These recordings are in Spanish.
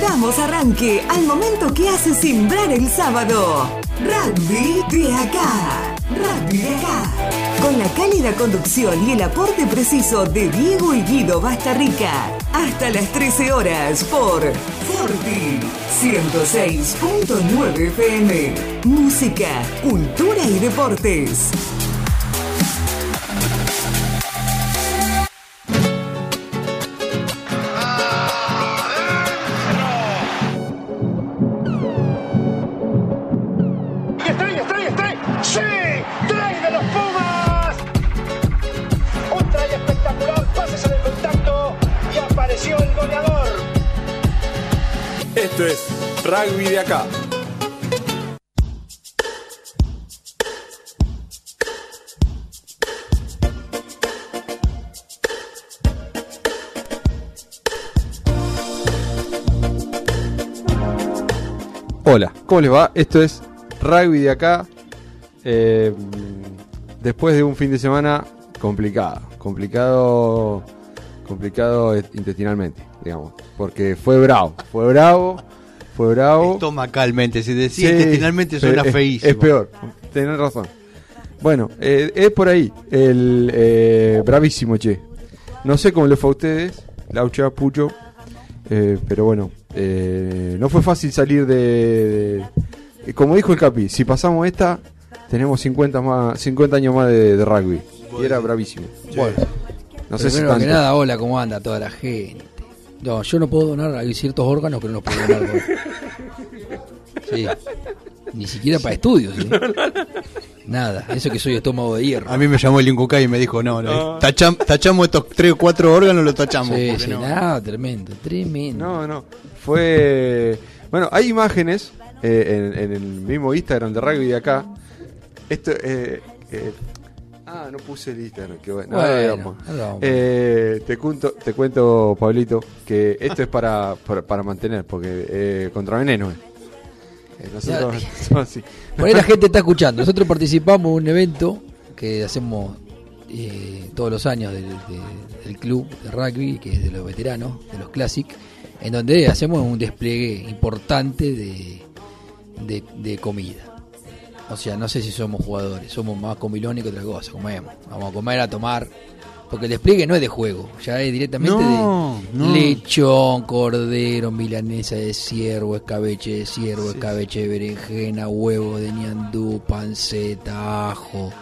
damos arranque al momento que hace sembrar el sábado. Rugby de acá. Rugby de acá. Con la cálida conducción y el aporte preciso de Diego y Guido Bastarrica. Hasta las 13 horas por Forti 106.9 FM. Música, cultura y deportes. Y strike, strike, strike. Sí, try de los Pumas. Un try espectacular, pases en el contacto y apareció el goleador. Esto es Rugby de acá. Hola, ¿cómo les va? Esto es Rugby de acá. eh, después de un fin de semana complicado, complicado, complicado eh, intestinalmente, digamos, porque fue bravo, fue bravo, fue bravo. Estomacalmente, si Sí, decís intestinalmente suena es- es- feísimo. Es peor, tenés razón. Bueno, eh, es por ahí, el eh, bravísimo, che. No sé cómo le fue a ustedes, Laucha, Pucho, eh, pero bueno, eh, no fue fácil salir de, de- Como dijo el Capi, si pasamos esta, tenemos 50, más, 50 años más de, de rugby. Y era bravísimo. Bueno, no sé si Primero que tanto. nada, hola, ¿cómo anda toda la gente? No, yo no puedo donar, hay ciertos órganos que no los puedo donar. ¿no? Sí. Ni siquiera para estudios. ¿sí? Nada, eso que soy estómago de hierro. A mí me llamó el Incucay y me dijo, no, no, tacham- tachamos estos 3 o 4 órganos, los tachamos. Sí, porque sí, no. nada, tremendo, tremendo. No, no. Fue. Bueno, hay imágenes eh, en, en el mismo Instagram de rugby de acá. Esto. eh, eh, Ah, no puse el Instagram. qué bueno. Bueno, Ahora vamos. ahora vamos. Eh, te, cuento, te cuento, Pablito, que esto es para, para, para mantener, porque eh, contra veneno. eh. Eh, nosotros somos así. Por ahí la gente está escuchando. Nosotros participamos de un evento que hacemos eh, todos los años del, de- del club de rugby, que es de los veteranos, de los Classic, en donde hacemos un despliegue importante de, de- de comida. O sea, no sé si somos jugadores, somos más comilones que otra cosa, comemos. Vamos a comer, a tomar. Porque el despliegue no es de juego, ya es directamente No, de no. lechón, cordero, milanesa de ciervo, escabeche de ciervo, escabeche de berenjena, huevo de ñandú, panceta, ajo.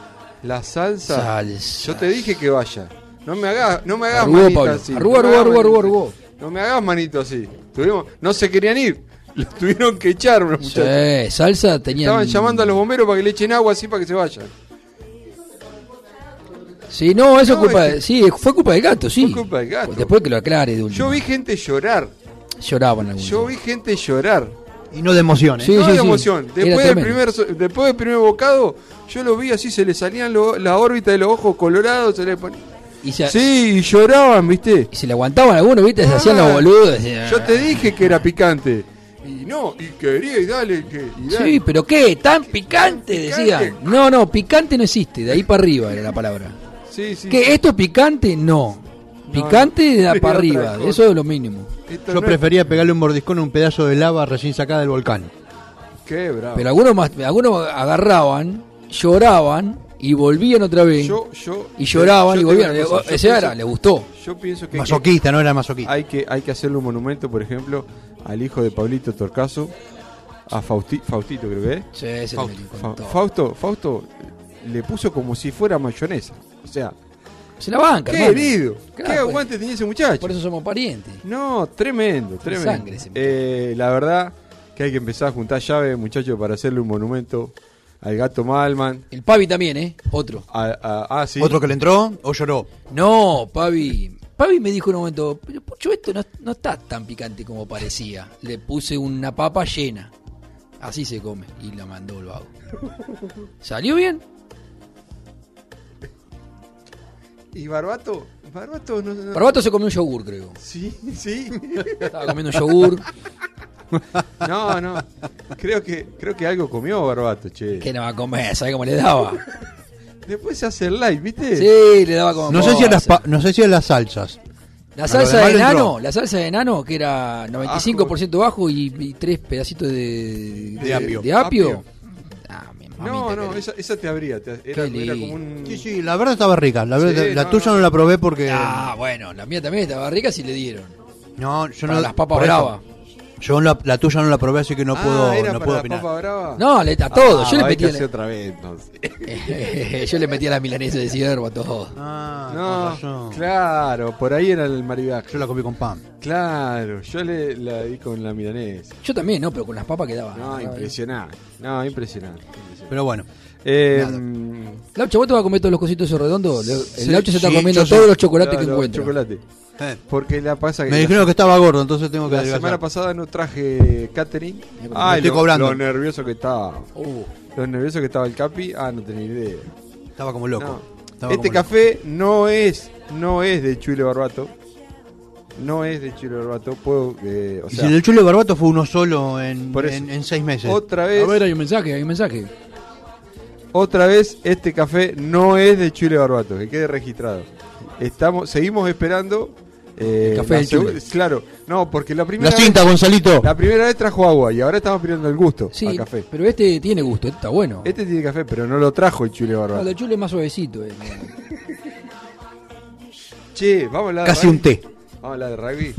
La salsa. Salsa. Yo te dije que vaya. No me hagas, no me hagas Arrugó, manito Pablo. así. Arrugó, No me arrugó, hagas arrugó, manito arrugó, así. No me hagas manito así. Tuvimos, no se querían ir. Los tuvieron que echar, los muchachos. Sí, salsa tenían. Estaban llamando a los bomberos para que le echen agua así para que se vayan. Sí, no, eso No, es culpa. es que- de- Sí, fue culpa del gato, sí. Fue culpa del gato. Después que lo aclare de última. Yo vi gente llorar. Lloraban algunos. Yo vi gente llorar. Y no de emociones. Sí, no sí, de sí. emoción. Era Después del, tremendo. primer, so- después del primer bocado, yo lo vi así, se le salían lo- la órbita de los ojos colorados. Se le ponía- Y se, Sí, y lloraban, viste. y se le aguantaban algunos, ¿viste? Se hacían los Ah, boludos. decían, Yo te dije que era picante. Y no, y quería, y dale, que, y dale. Sí, pero ¿qué? ¿Tan picante? ¿Picante? Decían. No, no, picante no existe. De ahí para arriba era la palabra. Sí, sí. ¿Qué? ¿Esto es picante? No. Picante de Era para otra arriba. cosa. Eso es lo mínimo. Esto Yo no prefería pegarle un mordiscón a un pedazo de lava recién sacada del volcán. es- Qué bravo. Pero algunos, más, algunos agarraban, lloraban y volvían otra vez. Yo- yo- y lloraban yo y te volvían. digo una cosa, yo Ese era, pienso- le gustó. Yo pienso que Masoquista, no era masoquista. hay que hay que hacerle un monumento, por ejemplo, al hijo de Pablito Torcaso, a Fausti- Faustito, creo que es. Sí, ese Fausto, también le Fa- contó. Fausto, Fausto le puso como si fuera mayonesa. O sea, Se la banca, qué hermano. herido, Claro, pues. qué por- aguante tenía ese muchacho. Por eso somos parientes. No, tremendo, tremendo. sangre ese muchacho. Eh, la verdad que hay que empezar a juntar llaves, muchachos, para hacerle un monumento al gato Malman. El Pavi también, ¿eh? Otro. a- a- ah, sí. Otro que le entró o lloró. No, Pavi. Pavi me dijo en un momento, pero Pucho, esto no, no está tan picante como parecía. Le puse una papa llena. Así se come. Y la mandó el vago. ¿Salió bien? ¿Y Barbato? Barbato no, no- Barbato se comió un yogur, creo. Sí, sí. Estaba comiendo un yogur. No, no. Creo que, creo que algo comió Barbato, che. ¿Qué no va a comer? ¿Sabe cómo le daba? Después se hace el live, ¿viste? Sí, le daba como... No sé, si a las cosa. pa- no sé si a las salsas. La A salsa lo de demás le entró. enano, la salsa de enano, que era 95% bajo y, y tres pedacitos de, De apio. de apio. Apio. Ah, mi No, mamita, no, que- esa, esa te abría. te- era, era como un. Sí, sí, la verdad estaba rica. La, verdad- Sí, la no, tuya Mm. no. no. la probé porque. Ah, bueno, la mía también estaba rica si le dieron. no, yo Para no. las papas por eso. bravas. Yo la, la tuya no la probé, así que no Ah, puedo, era para no puedo la opinar. papa brava. No, le, a todo. yo, le Ah, hay que metía hacer otra vez, entonces. la, yo le metía la milanesa de ciervo a todo. Ah, con No, razón. claro, por ahí era el maridaje. Yo la comí con pan. Claro, yo le la di con la milanesa. Yo también, no, pero con las papas quedaba. Ah, No, impresionante. No, impresionante. impresionante. Pero bueno. Eh, Laucho, ¿vos te vas a comer todos los cositos esos redondos? Le- El Sí, Laucho se está sí, comiendo yo sé. todos los chocolates no, que no, encuentra. Chocolate. Eh, Porque la pasa que me la- dijeron que estaba gordo, entonces tengo que la adelgazar. semana pasada no traje catering. Ah, estoy lo, cobrando. lo nervioso que estaba. Uh, Lo nervioso que estaba el Capi. Ah, no tenía idea. Estaba como No. loco. Estaba Este como café no es no es de Chile Barbato. No es de Chile Barbato. Puedo, eh, o loco. Y sea, si el chulo de barbato fue uno solo en, Por eso. en, en seis meses. otra vez, hay un mensaje, hay un mensaje. otra vez este café no es de Chile Barbato, que quede registrado. Estamos, seguimos esperando eh, El café la del segu- Chule. Claro, no, porque la primera La cinta, vez, Gonzalito. la primera vez trajo agua y ahora estamos pidiendo el gusto Sí, al café. pero este tiene gusto, este está bueno. Este tiene café, pero no lo trajo el Chile No, Barbato. el de chule es más suavecito. eh. Che, vamos a hablar de Casi rugby. un té. Vamos a hablar de rugby.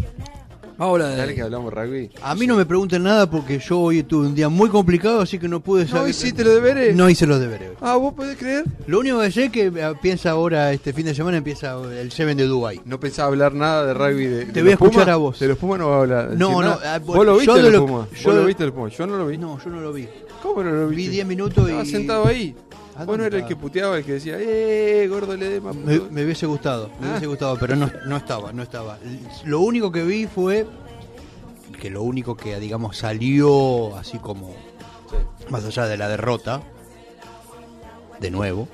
Ahora Dale que de... hablamos de rugby. A mí no me pregunten nada porque yo hoy tuve un día muy complicado, así que no pude ¿No saber- hiciste los deberes? No hice los deberes. hoy. Ah, ¿vos podés creer? Lo único que sé es que eh, piensa ahora, este fin de semana empieza el Seven de Dubai. No pensaba hablar nada de rugby de, de voy a los Pumas. escuchar a vos. De los Pumas no va a hablar. No, decir no, nada. ah, vos lo yo viste de de los lo- Pumas. yo- Vos lo viste de los Pumas. Yo no lo vi. No, yo no lo vi. ¿Cómo no lo Vi viste? 10 minutos Estaba y- sentado ahí. ¿A Vos no dónde era el que estaba? puteaba, el que decía, eh, gordo le de Me, me hubiese gustado, me Ah. hubiese gustado, pero no, no estaba, no estaba. Lo único que vi fue que lo único que, digamos, salió así como más allá de la derrota, de nuevo.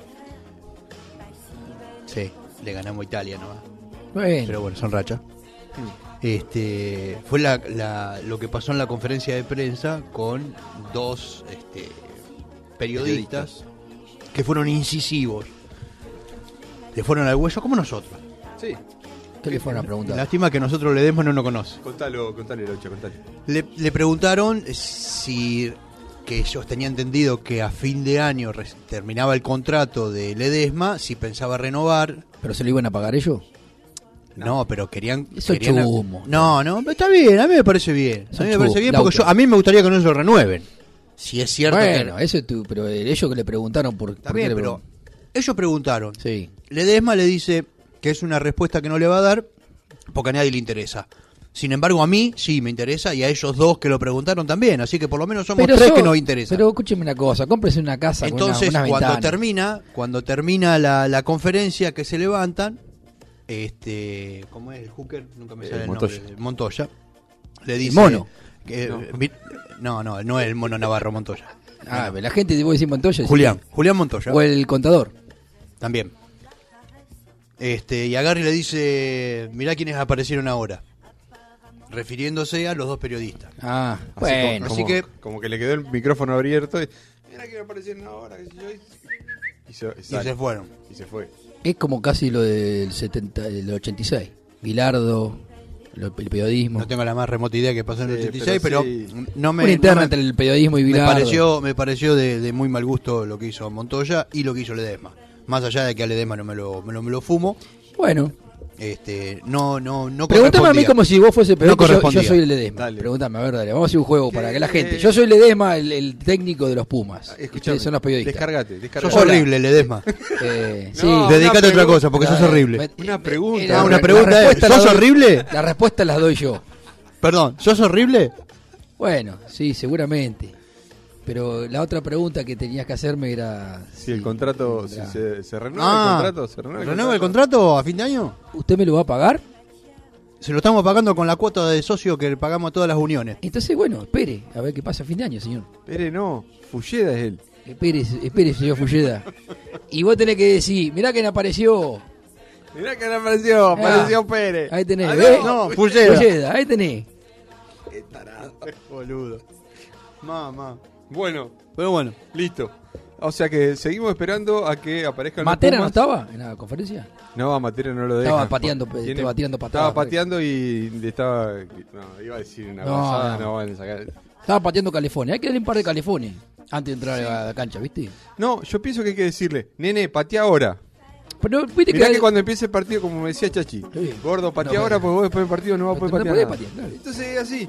Sí, le ganamos a Italia nomás. Bueno, Pero bueno, son rachas. Este, fue la, la- lo que pasó en la conferencia de prensa con dos este, periodistas que fueron incisivos. Le fueron al hueso como nosotros. Sí, ¿qué le fueron a preguntar? Lástima que nosotros le demos no nos conoce. contalo, contale, Laucha, contale. Le, le preguntaron si que ellos tenían entendido que a fin de año res- terminaba el contrato de Ledesma, si pensaba renovar, ¿Pero se lo iban a pagar ellos? No, pero querían. Eso es querían- chusmo. No, no, pero está bien, a mí me parece bien. A Eso mí me es parece chusmo, bien porque Lauta. yo, a mí me gustaría que no se renueven. Si es cierto Bueno, que. eso es tu... Pero eh, ellos que le preguntaron por... Está por qué bien, le pero. pregun- Ellos preguntaron. Sí. Ledesma le dice que es una respuesta que no le va a dar porque a nadie le interesa. Sin embargo, a mí sí me interesa y a ellos dos que lo preguntaron también. Así que por lo menos somos tres yo- que nos interesan. Pero escúcheme una cosa, cómprese una casa Entonces, con una, unas cuando ventanas. termina, cuando termina la, la conferencia que se levantan, este, ¿cómo es el hooker? Nunca me Eh, sale el Montoya. nombre. Montoya. Le dice mono. que- No. mi- no. no, no, es el mono Navarro Montoya. Ah, la gente te voy a decir Montoya. sí. Julián, Julián Montoya. O el contador. También. Este, y a Gary le dice, mirá quiénes aparecieron ahora. Refiriéndose a los dos periodistas. Ah, Así bueno. como, así que- como- como que le quedó el micrófono abierto. Y, Mira que me aparecieron ahora, qué sé yo. Y, y se, y Y sale. se fueron. Y se fue. Es como casi lo del, 70, el 86. Bilardo, lo- el periodismo. No tengo la más remota idea que pasó en el Sí, 86, pero, pero sí. no me... Una interna no me- entre el periodismo y Me Bilardo. pareció, me pareció de, de muy mal gusto lo que hizo Montoya y lo que hizo Ledesma. Más allá de que a Ledesma no me lo, me lo, me lo fumo, Bueno, este, no, no, no pregúntame a mí correspondía. como si vos fuese el periodista, yo- yo, correspondía. soy el Ledesma. Dale. Pregúntame, a ver, dale. Vamos a hacer un juego para que la gente. eh, Yo soy Ledesma, el, el técnico de los Pumas. Escuchame, Ustedes son los periodistas. Descargate, Sos descargate. Hola. horrible, Ledesma. Eh, No, sí. una Dedicate a otra pregunta. cosa, porque sos Eh, horrible. me- Una eh, pregunta. eh, la- Ah, una la pregunta es, respuesta la ¿sos doy- horrible? La respuesta las doy yo. Perdón, ¿sos horrible? Bueno, sí, seguramente. Pero la otra pregunta que tenías que hacerme era... Si el contrato, si era, se, se renueva Ah, el contrato, se renueva el ¿renueva el contrato. contrato a fin de año? ¿Usted me lo va a pagar? Se lo estamos pagando con la cuota de socio que pagamos a todas las uniones. Entonces, bueno, espere, a ver qué pasa a fin de año, señor. Pere, no, Fulleda es él. Espere, espere, señor Fulleda. Y vos tenés que decir, mirá quién apareció. Mirá que le apareció, apareció Ah, Pérez. Ahí tenés, Ah, ¿ves? no, Fulleda. Fulleda, ahí tenés. Boludo. Mamá. Bueno, Pero bueno, listo. O sea que seguimos esperando a que aparezcan los ¿Matera no Pumas. estaba en la conferencia? No, a Matera no lo deja. Estaba pateando, pe- estaba tirando patadas. Estaba pateando y le estaba. No, iba a decir una No, pasada, no. no van a sacar. Estaba pateando calefones. Hay que darle un par de calefones antes de entrar a la cancha, ¿viste? No, yo pienso que hay que decirle, nene, patea ahora. Pero viste Mirá que, que, cuando empiece el partido, como me decía Chachi, bien. gordo, patea No, ahora pero- porque vos después del partido no vas a poder No patear. nada. podés patear, claro. Entonces es así,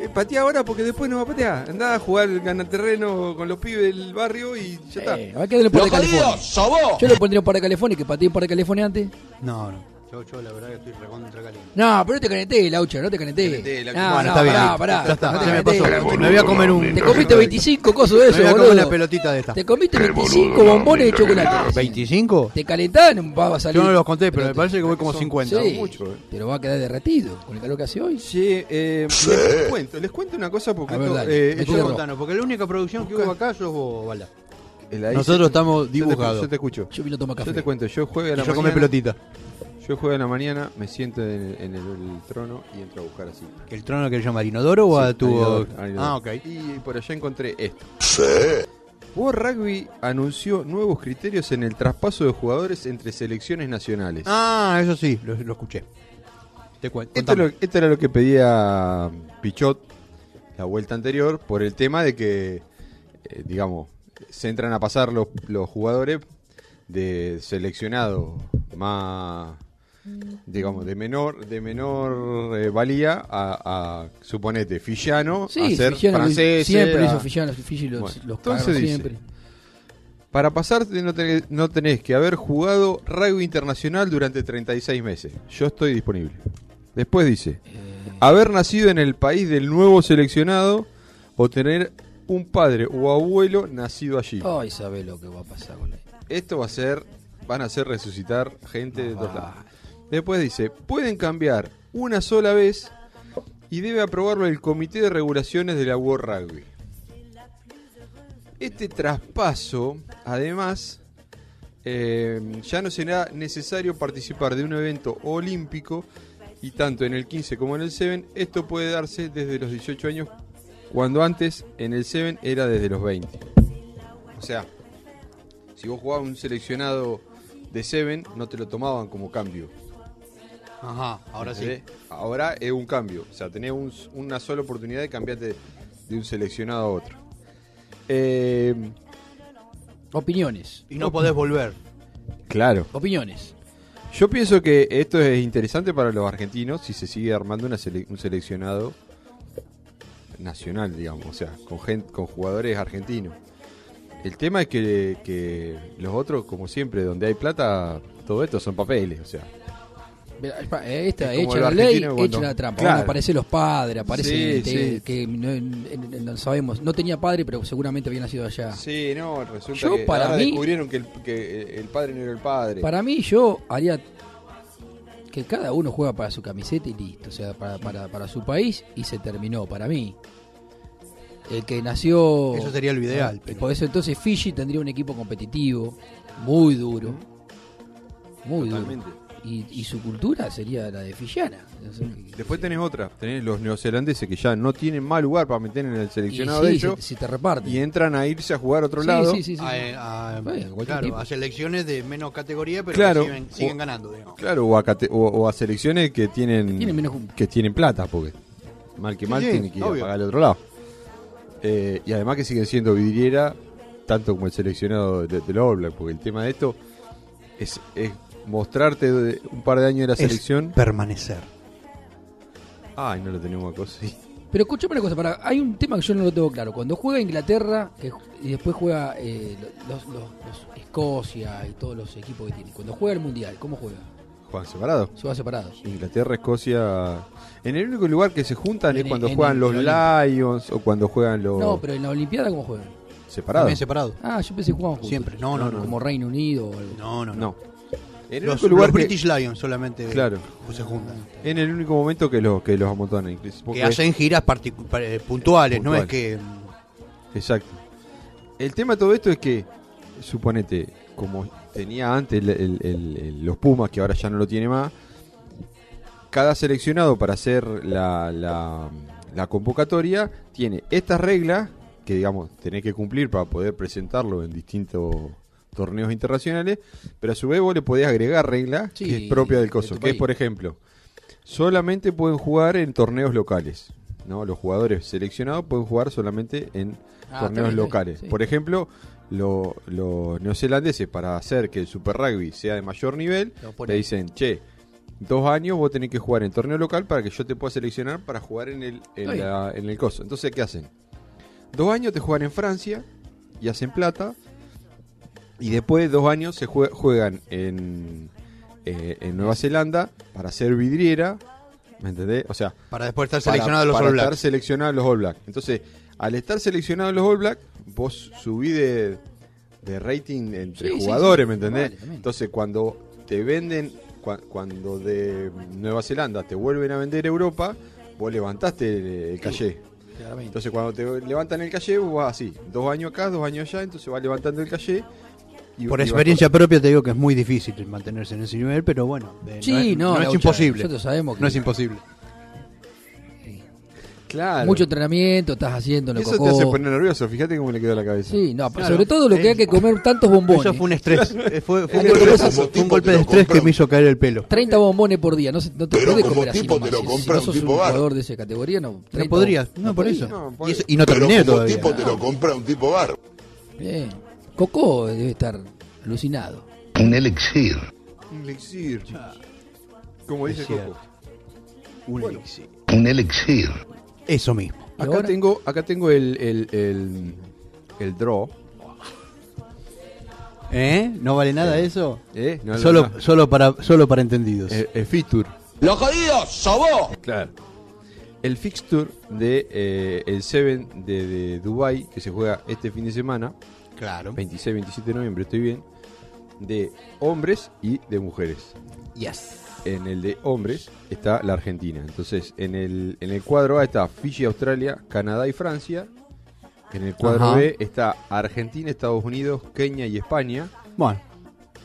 eh, patea ahora porque después no va a patear. Andá a jugar ganaterreno con los pibes del barrio y ya está. Eh, hay que darle un par de calefones. Yo le pondría un par de calefones, que pateé un par de calefones antes. No, no. Yo, yo la verdad que estoy recontra caliente. No, pero no te caneté, Laucha, no te caneté. Caneté, Laucha. no, Bueno, no, está bien. Pará, listo. pará. ya está, no te se me caneté. pasó. Me voy a comer un. Te comiste 25 cosas de Me eso, voy a comer boludo. una pelotita de esta. Te comiste 25 bombones de chocolate. ¿25? Te calentaron, va a salir. Yo no los conté, pero me te- parece que voy como 50. Sí, mucho, eh. pero va a quedar derretido con el calor que hace hoy. Sí, eh, les cuento, les cuento una cosa porque A ver, esto, dale. eh, Me esto- cierro. Contanos, porque la única producción que hubo acá sos vos, Bala. el ahí se- Nosotros estamos yo te- dibujados. Yo te escucho. Yo vino a tomar café. Yo te cuento, yo jueves a la Yo comí mañana. pelotita. Yo juego en la mañana, me siento en el, en el- el trono y entro a buscar así. ¿El trono que llama Inodoro o a Sí, tu.? Aridor, Aridor. Ah, ok. Y por allá encontré esto. World Rugby anunció nuevos criterios en el traspaso de jugadores entre selecciones nacionales. Ah, eso sí, lo, lo escuché. Te cuento. esto, es lo- esto era lo que pedía Pichot la vuelta anterior por el tema de que, eh, digamos, se entran a pasar los, los jugadores de seleccionado más digamos de menor de menor eh, valía a, a, suponete Fillano a ser Fillano lo- francés Siempre a- ah. hizo Fillano, Fillano los, Bueno, los entonces cagaron dice, siempre. Para pasarte no tenés, no tenés que haber jugado rugby internacional durante 36 meses. Yo estoy disponible. Después dice, haber nacido en el país del nuevo seleccionado o tener un padre o abuelo nacido allí. Ay, sabés lo que va a pasar con él. Esto va a ser, van a hacer resucitar gente de todos va. lados. Después dice, pueden cambiar una sola vez y debe aprobarlo el Comité de Regulaciones de la World Rugby. Este traspaso, además, eh, ya no será necesario participar de un evento olímpico y tanto en el 15 como en el 7, esto puede darse desde los 18 años, cuando antes en el 7 era desde los 20. O sea, si vos jugabas un seleccionado de 7, no te lo tomaban como cambio. Ajá, ahora sí. ¿entendés? Ahora es un cambio. O sea, tenés un- una sola oportunidad de cambiarte de un seleccionado a otro. Eh, Opiniones, Y no podés volver. claro. opiniones. Yo pienso que esto es interesante para los argentinos si se sigue armando una sele- un seleccionado nacional, digamos, o sea, con, gen- con jugadores argentinos. El tema es que, que los otros, como siempre, donde hay plata, todo esto son papeles, o sea. Mirá, pa- eh, Esta, Es como hecha los la ley, argentinos cuando- hecha la trampa. Claro. Bueno, aparecen los padres, Sí, aparece gente sí. que no, en- en- no sabemos. No tenía padre, pero seguramente había nacido allá. Sí, no, resulta Ah. Yo, que para ahora mí- descubrieron que el, que el padre no era el padre. Para mí, yo haría que cada uno juega para su camiseta y listo. O sea, para, para, para su país y se terminó, para mí. El que nació. Ah, Eso sería lo ideal, pero- Por eso entonces Fiji tendría un equipo competitivo, muy duro. Muy Totalmente. Mm. duro. Y, y su cultura sería la de Fijiana. O sea, que- Después tenés otra, tenés los neozelandeses que ya no tienen más lugar para meter en el y seleccionado de sí, ellos se, se te reparte. y entran a irse a jugar a otro Sí, lado. sí, sí, sí, sí. A, a- Bueno, cualquier claro, tipo. a selecciones de menos categoría, pero Claro. que siguen, siguen O- ganando, digamos. Claro, o a, cate- o- o a selecciones que tienen, que tienen menos- tienen plata, porque mal que mal Sí, sí, tienen que ir a obvio. pagar al otro lado. Eh, y además que siguen siendo vidriera, tanto como el seleccionado de, de los All Blacks, porque el tema de esto es, es mostrarte de- un par de años de la selección. Es permanecer. Ay, no lo tenemos a conseguir. Pero escuchame una cosa, para, hay un tema que yo no lo tengo claro. Cuando juega Inglaterra que ju- y después juega eh, los, los- los Escocia y todos los equipos que tiene, cuando juega el Mundial, ¿cómo juega? Juan separado. Se va separados. Inglaterra, Escocia. En el único lugar que se juntan En- es cuando en juegan el- los en el- Lions o cuando juegan los No, pero en la Olimpiada, ¿cómo juegan? separados. También separado. Ah, yo pensé que jugaban juntos. Siempre. No, no, no. Como Reino Unido o algo. No, no, no. No. En el Los, único lugar los que- British Lions solamente pues, Claro. se juntan. En el único momento que, los que los amontonan. incluso, porque- Que hacen giras particu- pa- eh, puntuales, no Puntuales. es que. mm, Exacto. El tema de todo esto es que, suponete, como tenía antes el- el- el- el- los Pumas, que ahora ya no lo tiene más, cada seleccionado para hacer la, la- la convocatoria tiene estas reglas que digamos tenés que cumplir para poder presentarlo en distintos torneos internacionales, pero a su vez vos le podés agregar regla Sí, que es propia del de coso, tu que es país. por ejemplo, solamente pueden jugar en torneos locales. ¿no? Los jugadores seleccionados pueden jugar solamente en Ah, está bien, torneos está bien, locales. sí. Por ejemplo, lo- los neozelandeses, para hacer que el Super Rugby sea de mayor nivel, Lo ponen. te dicen, che, dos años vos tenés que jugar en torneo local para que yo te pueda seleccionar para jugar en el, Está en bien. la- en el coso. Entonces, ¿qué hacen? Dos años te juegan en Francia y hacen plata. Y después de dos años se jue- juegan en, eh, en Nueva Zelanda para ser vidriera. ¿Me entendés? O sea, Para después estar para- seleccionado los para All Blacks. estar seleccionados los All Black. Entonces, al estar seleccionados los All Black, vos subís de, de rating entre Sí, sí, jugadores, sí, ¿me entendés? vale, también. Entonces, cuando te venden, cua- cuando de Nueva Zelanda te vuelven a vender Europa, vos levantaste el, el caché. Claramente. Entonces, cuando te levantan el caché, vos vas así, dos años acá, dos años allá, entonces vas levantando el caché. y- y Por vas- experiencia propia te digo que es muy difícil mantenerse en ese nivel, pero bueno, eh, no Sí, es, no, no es Laucha, imposible. nosotros sabemos que- no es imposible. Claro. Mucho entrenamiento estás haciendo, lo Eso cocó. te hace poner nervioso, fíjate cómo le quedó la cabeza. Sí, no, pero Claro. sobre todo lo que Eh, hay que comer tantos bombones. Eso fue un estrés. eh, Fue, fue un Pero golpe, como fue un tipo golpe te de lo estrés que compró. me hizo caer el pelo. 30 bombones por día, no, se- no te Pero podés como comer así tipo nomás. te lo Si- si compra no un sos tipo un bar. jugador de esa categoría, no. No 30 podrías, no, por podía. eso. No, y, podía. eso- y no Pero terminé como todavía. tipo te lo compra un tipo bar. Bien. Cocó debe estar alucinado. Un elixir. Un elixir. Como Es dice Coco. cierto. Un elixir. Un elixir. Eso mismo. ¿Y Acá ahora? tengo, acá tengo el, el, el, el draw. ¿Eh? ¿No vale nada eso? ¿eh? No, no, solo, no. Eh, solo, para, solo para entendidos. El, el fixture. ¡Lo jodido, sobó! Claro. El fixture de eh, el 7 de, de Dubai que se juega este fin de semana, claro. 26-27 de noviembre, estoy bien, de hombres y de mujeres. Yes. En el de hombres está la Argentina. Entonces, en el, en el cuadro A está Fiji, Australia, Canadá y Francia. En el cuadro Ajá. B está Argentina, Estados Unidos, Kenia y España. Bueno,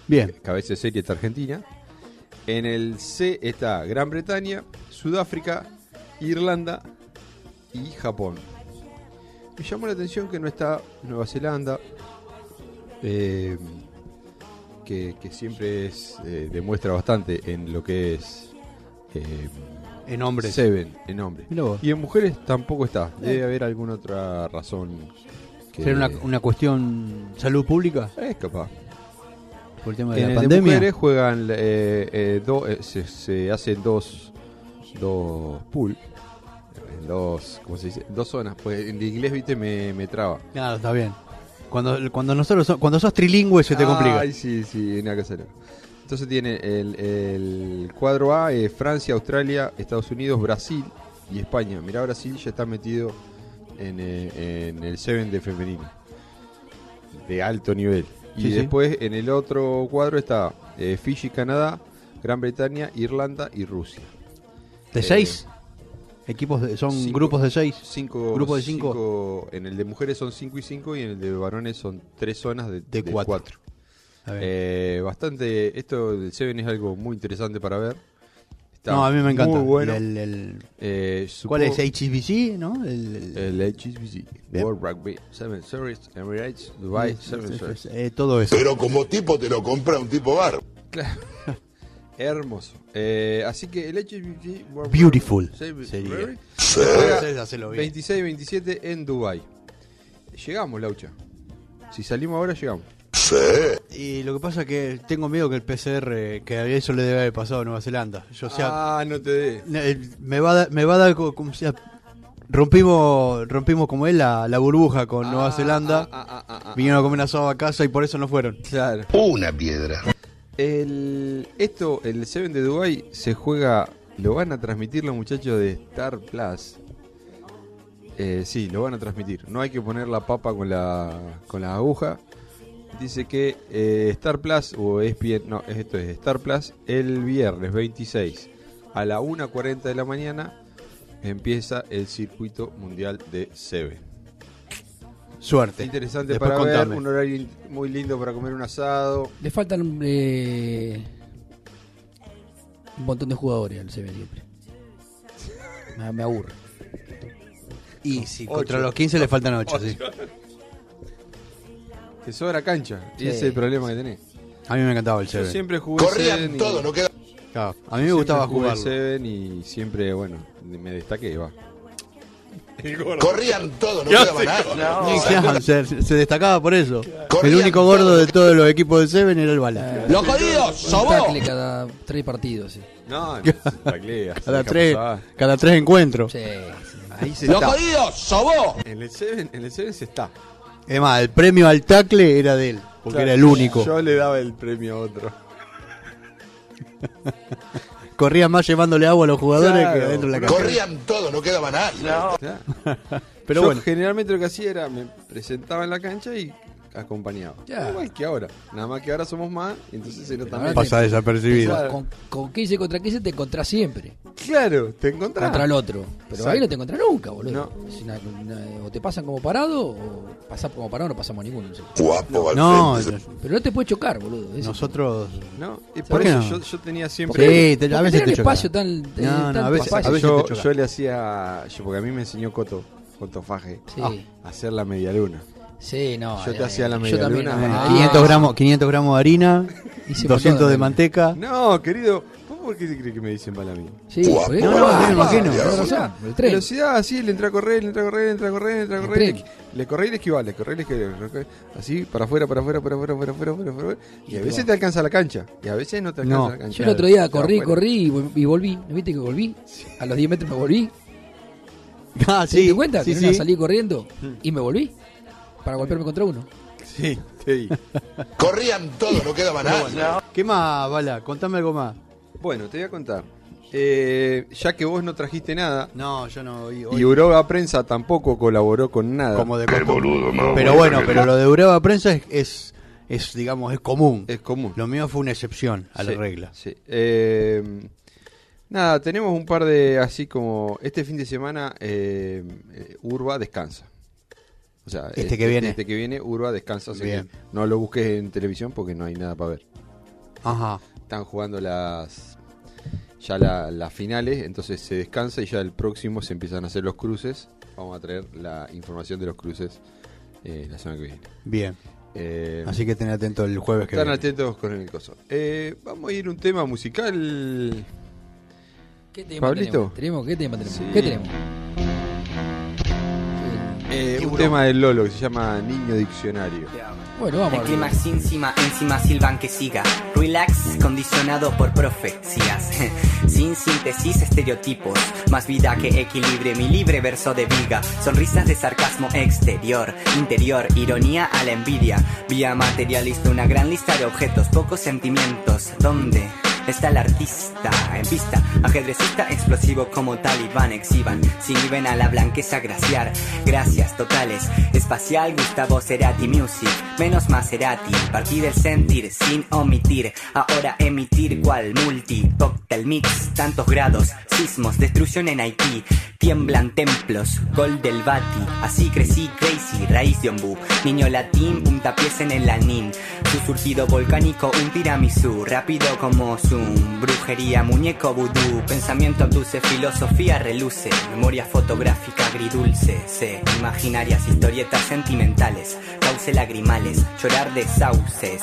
bien. Cabeza de serie está Argentina. En el C está Gran Bretaña, Sudáfrica, Irlanda y Japón. Me llamó la atención que no está Nueva Zelanda, eh, que, que siempre es, eh, demuestra bastante en lo que es eh, En hombres. Seven en hombres. Mirá vos. Y en mujeres tampoco está. Debe haber alguna otra razón. Que, ¿Será una, una cuestión salud pública? Es capaz. Por el tema de En la el de pandemia. mujeres juegan, eh, eh, do- eh, se, se hacen dos, dos pool, eh, dos, ¿cómo se dice? Dos zonas, pues en inglés, viste, me, me traba. Nada, está bien. Cuando, cuando nosotros so- cuando sos trilingüe se te complica. Ay, sí, sí, nada que hacer. Entonces tiene el, el cuadro A, eh, Francia, Australia, Estados Unidos, Brasil y España. Mirá, Brasil ya está metido en, eh, en el 7 de femenino. De alto nivel. Y Sí, sí. después en el otro cuadro está eh, Fiji, Canadá, Gran Bretaña, Irlanda y Rusia. ¿De Eh, seis? Equipos de- son cinco. grupos de seis. Cinco, Grupo de cinco. cinco- En el de mujeres son 5 y 5 y en el de varones son tres zonas de, De de cuatro. cuatro. A ver. Eh, bastante. Esto del Seven es algo muy interesante para ver. Está no, a mí me encanta. Muy bueno. El- el- Eh, ¿Cuál es? supongo- Eh, HBC, ¿no? El, el- El HSBC. Bien. World Rugby Seven Series, Emirates, Dubai el- Seven el- Series. eh, todo eso. Pero como tipo te lo compra un tipo bar. Hermoso. Eh, así que el HSBC. World Beautiful Rugby Seven sería. Series, Sí, hacelo bien. 26 27 en Dubai. Llegamos, Laucha. Si salimos ahora, llegamos. Y lo que pasa es que tengo miedo que el PCR, que a eso le debe haber pasado a Nueva Zelanda. Yo, o sea, ah, no te dé. eh, me va a dar, me va a dar co- como sea, rompimos, rompimos como es la, la burbuja con Nueva Ah, Zelanda. ah, ah, ah, ah, Vinieron a comer asado a casa y por eso no fueron. Claro. Una piedra. El, esto, el Seven de Dubai se juega, lo van a transmitir los muchachos de Star Plus. Eh, sí, lo van a transmitir. No hay que poner la papa con la, con la aguja. Dice que eh, Star Plus, o ESPN, no, esto es Star Plus, el viernes 26 a la 1.40 de la mañana empieza el circuito mundial de Seven. Suerte. Interesante Después para contame. ver, un horario in- muy lindo para comer un asado. Le faltan eh, un montón de jugadores al CB siempre. Me, me aburre. Y si Ocho. contra los 15 le faltan 8, sí. Te sobra cancha. Y Sí. ese es el problema que tenés. A mí me encantaba el Yo 7. siempre jugué Corrían Seven y- todo, no queda. Claro, a mí me siempre gustaba jugué jugarlo. Seven y siempre, bueno, me destaqué, va. Corrían todo, no quedaba nada. Sí, claro, se, se destacaba por eso. Corrían el único gordo de todos los equipos de Seven era el Eh. Bala. ¡Los jodidos! Un ¡Sobó! tackle cada tres partidos. Sí. No, no, taclea, se Cada deja tres, pasar. cada tres encuentros. Sí, sí. Ahí se ¡Los está. jodidos! ¡Sobó! En el Seven, en el Seven se está. Es más, el premio al tacle era de él, porque Claro, era el único. Yo le daba el premio a otro. Corría más llevándole agua a los jugadores Claro. que adentro de la cancha. Corrían todo, no quedaba nada. Claro. Pero Yo bueno, generalmente lo que hacía era me presentaba en la cancha y acompañaba. Ya. Igual que ahora. Nada más que ahora somos más, entonces se nota ahora más. pasa te- desapercibido. Claro. Con, con 15 contra 15 te encontrás siempre. Ah. Claro, te encontrás. Contra el otro. Pero Exacto. ahí no te encontrás nunca, boludo. No. Es una- una- o te pasan como parado, o pasás como parado, no pasamos ninguno. no sé. Guapo, al No, frente. Pero no te puede chocar, boludo. Es- nosotros. No, y ¿Sabés por que eso no? yo, yo tenía siempre. Sí, te- a porque veces tenés te el chocaba. espacio tan- No, eh, no, tanto a veces, a espacio. veces yo, te chocaba. yo le hacía. yo- porque a mí me enseñó Coto, Coto Faje, Sí. a hacer la media luna. Sí, no. Yo te eh, hacía la yo media también, luna. no, Ah. ahí- 500 eh, gramos, 500 gramos de harina, Hice un 200 montón de de- manteca. No, querido, ¿vos por qué te crees que me dicen para mí? Sí, Guau, por ahí- no, no, Ah, me imagino. tenés razón, Velocidad, el tren. velocidad, así, le entra a correr, le entra a correr, le entra a correr, le entra a El correr. tren. Le, le corré y le esquivá, le corré y le esquivá, le corré, Así, para afuera, para afuera, para afuera, para afuera, para afuera. Y a veces te alcanza la cancha, y a veces no te alcanza No. la cancha. Yo el otro día Está corrí, bueno. corrí y vol- y volví. ¿No viste que volví? A los 10 metros me volví. Ah, ¿Te diste cuenta? sí, que en una sí. salí corriendo y me volví para golpearme contra uno. Sí, sí. Corrían todo, no quedaba nada. ¿Qué más, Bala? Contame algo más. Bueno, te voy a contar. Eh, ya que vos no trajiste nada, No, yo no oí. y Europa Prensa tampoco colaboró con nada. como de Pero bueno, pero lo de Uraba Prensa es, es, es, digamos, es común. es común. Lo mío fue una excepción a Sí, la regla. sí. Eh, nada, tenemos un par de así como. Este fin de semana, eh, eh, Urba descansa. O sea, Este que viene. Este que viene, Urba descansa. así Bien. que no lo busques en televisión porque no hay nada para ver. Ajá. Están jugando las. Ya la- las finales, entonces se descansa y ya el próximo se empiezan a hacer los cruces. Vamos a traer la información de los cruces eh, la semana que viene. Bien. Eh, Así que ten atento el jueves que Están viene. atentos con el coso. Eh, vamos a ir un tema musical. ¿Qué tema Pablito. tenemos? ¿Tenemos? ¿Qué tema tenemos? Sí. ¿Qué tenemos? Eh, un Tiburón. tema del Lolo que se llama Niño Diccionario. Bueno, vamos. El a ver. clima encima, encima silban que siga. Relax, condicionado por profecías. Sin síntesis, estereotipos. Más vida que equilibre, mi libre verso de viga. Sonrisas de sarcasmo exterior, interior, ironía a la envidia. Vía materialista, una gran lista de objetos, pocos sentimientos. ¿Dónde? Está el artista en pista, ajedrecista explosivo como talibán exhiban, si viven a la blanqueza graciar, gracias totales, espacial Gustavo Cerati Music, menos Maserati, partí del sentir sin omitir, ahora emitir cual multi, cóctel mix, tantos grados, sismos, destrucción en Haití, tiemblan templos, gol del Bati, así crecí crazy, raíz de ombú, niño latín, puntapiés en el lanín, su surtido volcánico, un tiramisú, rápido como zoom, brujería, muñeco vudú, pensamiento abduce, filosofía reluce, memoria fotográfica agridulce, se, imaginarias historietas sentimentales, cauce lagrimales, llorar de sauces,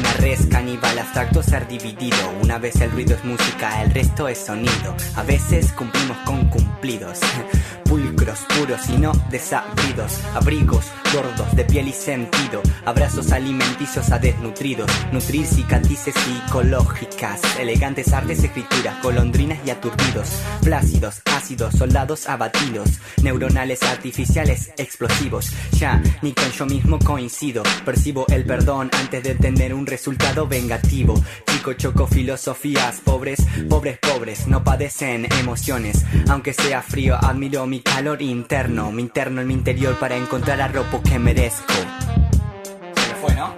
una res caníbal abstracto ser dividido, una vez el ruido es música, el resto es sonido, a veces cumplimos con cumplidos. Pulcros, puros y no desabridos, abrigos gordos de piel y sentido, abrazos alimenticios a desnutridos, nutrir cicatrices psicológicas, elegantes artes, escrituras, golondrinas y aturdidos, plácidos, ácidos, soldados abatidos, neuronales artificiales explosivos. Ya ni con yo mismo coincido, percibo el perdón antes de tener un resultado vengativo. Chico choco filosofías, pobres, pobres, pobres, no padecen emociones. Aunque sea frío, admiro mi calor interno, mi interno en mi interior para encontrar la ropa que merezco. Se me fue, ¿no?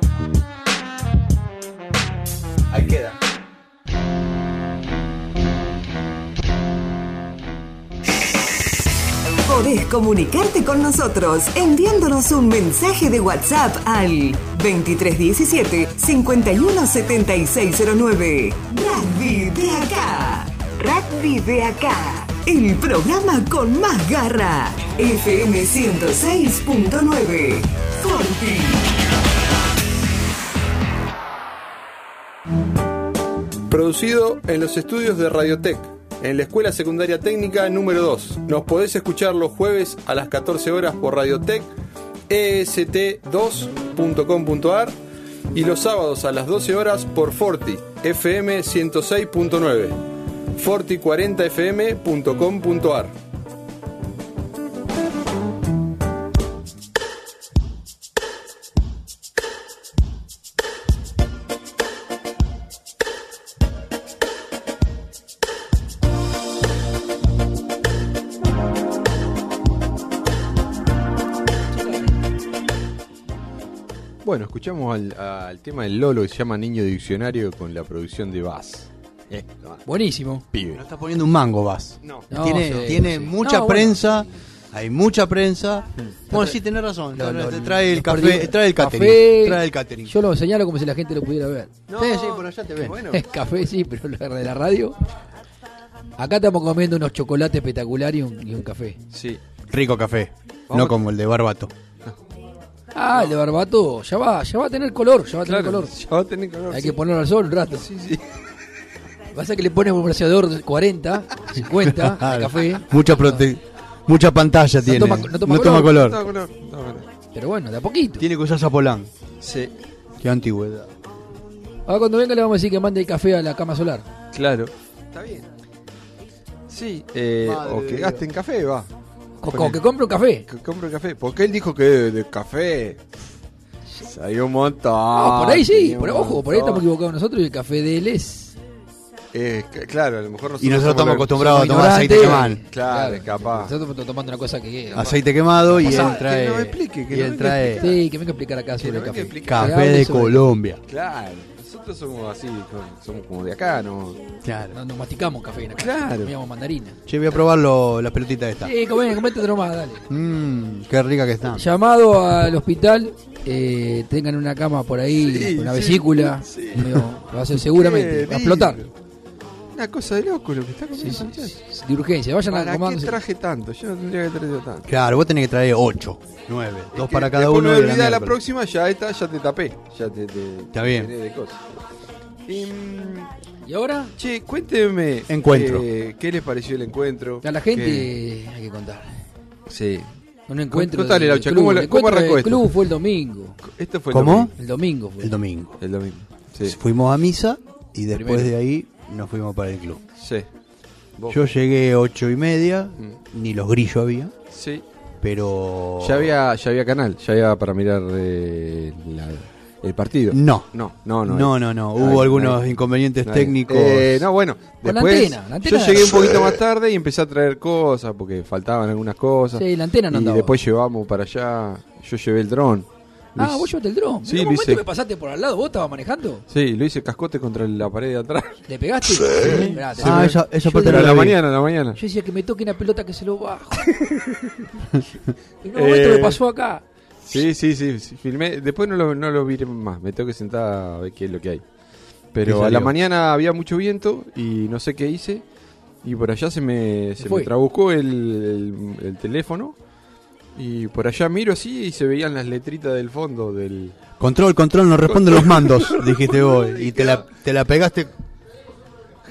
Ahí queda. Podés comunicarte con nosotros enviándonos un mensaje de WhatsApp al 2317-517609. Rugby de acá. Rugby de acá. el programa con más garra. FM 106.9. Forti. Producido en los estudios de Radiotech, en la Escuela Secundaria Técnica número 2. Nos podés escuchar los jueves a las 14 horas por E Radiotech, est2.com.ar y los sábados a las 12 horas por Forti, FM 106.9, forti40fm.com.ar. Bueno, escuchamos al, al tema del Lolo que se llama Niño Diccionario con la producción de Bass. Eh, no, Buenísimo. pibe. No está poniendo un mango, vas. No. No, tiene sí, tiene sí. mucha No, bueno. prensa, hay mucha prensa. Bueno, sí, tenés razón. Lo- lo- te trae el los café, perdidos- trae el catering. café. trae el catering. Yo lo señalo como si la gente lo pudiera ver. Sí, sí, por allá te ven. Bueno, Café sí, pero lo de la radio. Acá estamos comiendo unos chocolates espectaculares y un, y un café. sí. Rico café. Vamos. No como el de Barbato. Ah, el de Barbato, ya va, ya va a tener color, ya va a tener Claro, color. ya va a tener color. Hay sí. que ponerlo al sol un rato. Sí, sí. Pasa que le pones un bronceador 40, 50 Ah, al Ah, café. Mucha prote- mucha pantalla tiene. toma- no toma color. Está color, está color. Pero bueno, de a poquito. Tiene que usar zapolán. Sí, Qué antigüedad. Ahora cuando venga le vamos a decir que mande el café a la cama solar. claro. Está bien. Sí, eh, Madre o de que Dios. gasten café, va. Co- co- que compre un café. Que compre café. Porque él dijo que de, de café. Salió un montón. Ah, por ahí sí, tenía por un ojo, por ahí estamos montón. equivocados nosotros y el café de él es. Eh, c- claro, a lo mejor nosotros. Y nosotros estamos somos los- acostumbrados a somos tomar aceite ignorantes. quemado. Claro, capaz. Ah, Nosotros estamos tomando una cosa que. Aceite quemado y O sea, él trae. que nos explique, que y nos él venga a trae explicar. Sí, que venga a explicar acá Que sobre el venga a café. explicar. Que café hable de sobre- Colombia. Claro, nosotros somos así, con- somos como de acá, ¿no? Claro. No, nos masticamos café en acá. Claro. Comíamos mandarina. Che, voy a probar lo- las pelotitas estas. Sí, comé, comete otro más, dale. Mmm, qué rica que están. Llamado al hospital, eh, tengan una cama por ahí, Sí, una sí, vesícula. sí. digo, va a ser seguramente, va a explotar. Una cosa de loco lo que está Sí, comiendo sí, Santiago. sí, de urgencia, vayan a ¿Para qué comándose. traje tanto? Yo no tendría que traer tanto. Claro, vos tenés que traer 8, 9, dos Que para cada después uno. No y la olvidás la miércoles. próxima, ya esta, ya te tapé. Ya te, te- Está bien. te llené de cosas. Em, ¿Y ahora? che, cuénteme. Encuentro. eh, ¿Qué les pareció el encuentro? A la gente ¿Qué- hay que contar. Sí. Un encuentro. Contale, del Laucha, club. ¿cómo lo- El cómo encuentro arrancó del esto? club fue el domingo. Esto fue el ¿Cómo? domingo. El domingo fue. El domingo. El domingo. Sí. Fuimos a misa y después Primero. de ahí nos fuimos para el club. Sí. Vos. Yo llegué ocho y media, Mm. ni los grillos había, Sí. pero. Ya había, ya había canal, ya había para mirar eh, la- el partido. No. No, no, no. No, no, no. Nadie, Hubo algunos nadie, inconvenientes nadie. técnicos. Eh, no, bueno. Con la después antena, la antena. Yo llegué un poquito más tarde y empecé a traer cosas porque faltaban algunas cosas. Sí, la antena no Y andaba. después llevamos para allá. Yo llevé el dron. Lo Ah, hice- vos llevaste el dron. Sí, Sí, lo momento hice. que pasaste por al lado, vos estabas manejando. Sí, lo hice cascote contra la pared de atrás. ¿Le pegaste? Esperá, Sí, te- ah, esa- esa yo parte Pero le- a no la vi. mañana, a la mañana. Yo decía que me toque una pelota que se lo bajo. en un momento Eh. me pasó acá. Sí, sí, sí, sí, filmé. Después no lo, no lo vi más. Me tengo que sentar a ver qué es lo que hay. Pero ¿Qué a la salió? mañana había mucho viento y no sé qué hice. Y por allá se me, se me fue. trabucó el, el- el teléfono. Y por allá miro así y se veían las letritas del fondo del... Control, control, nos responden los mandos, dijiste vos. Y te la, te la pegaste.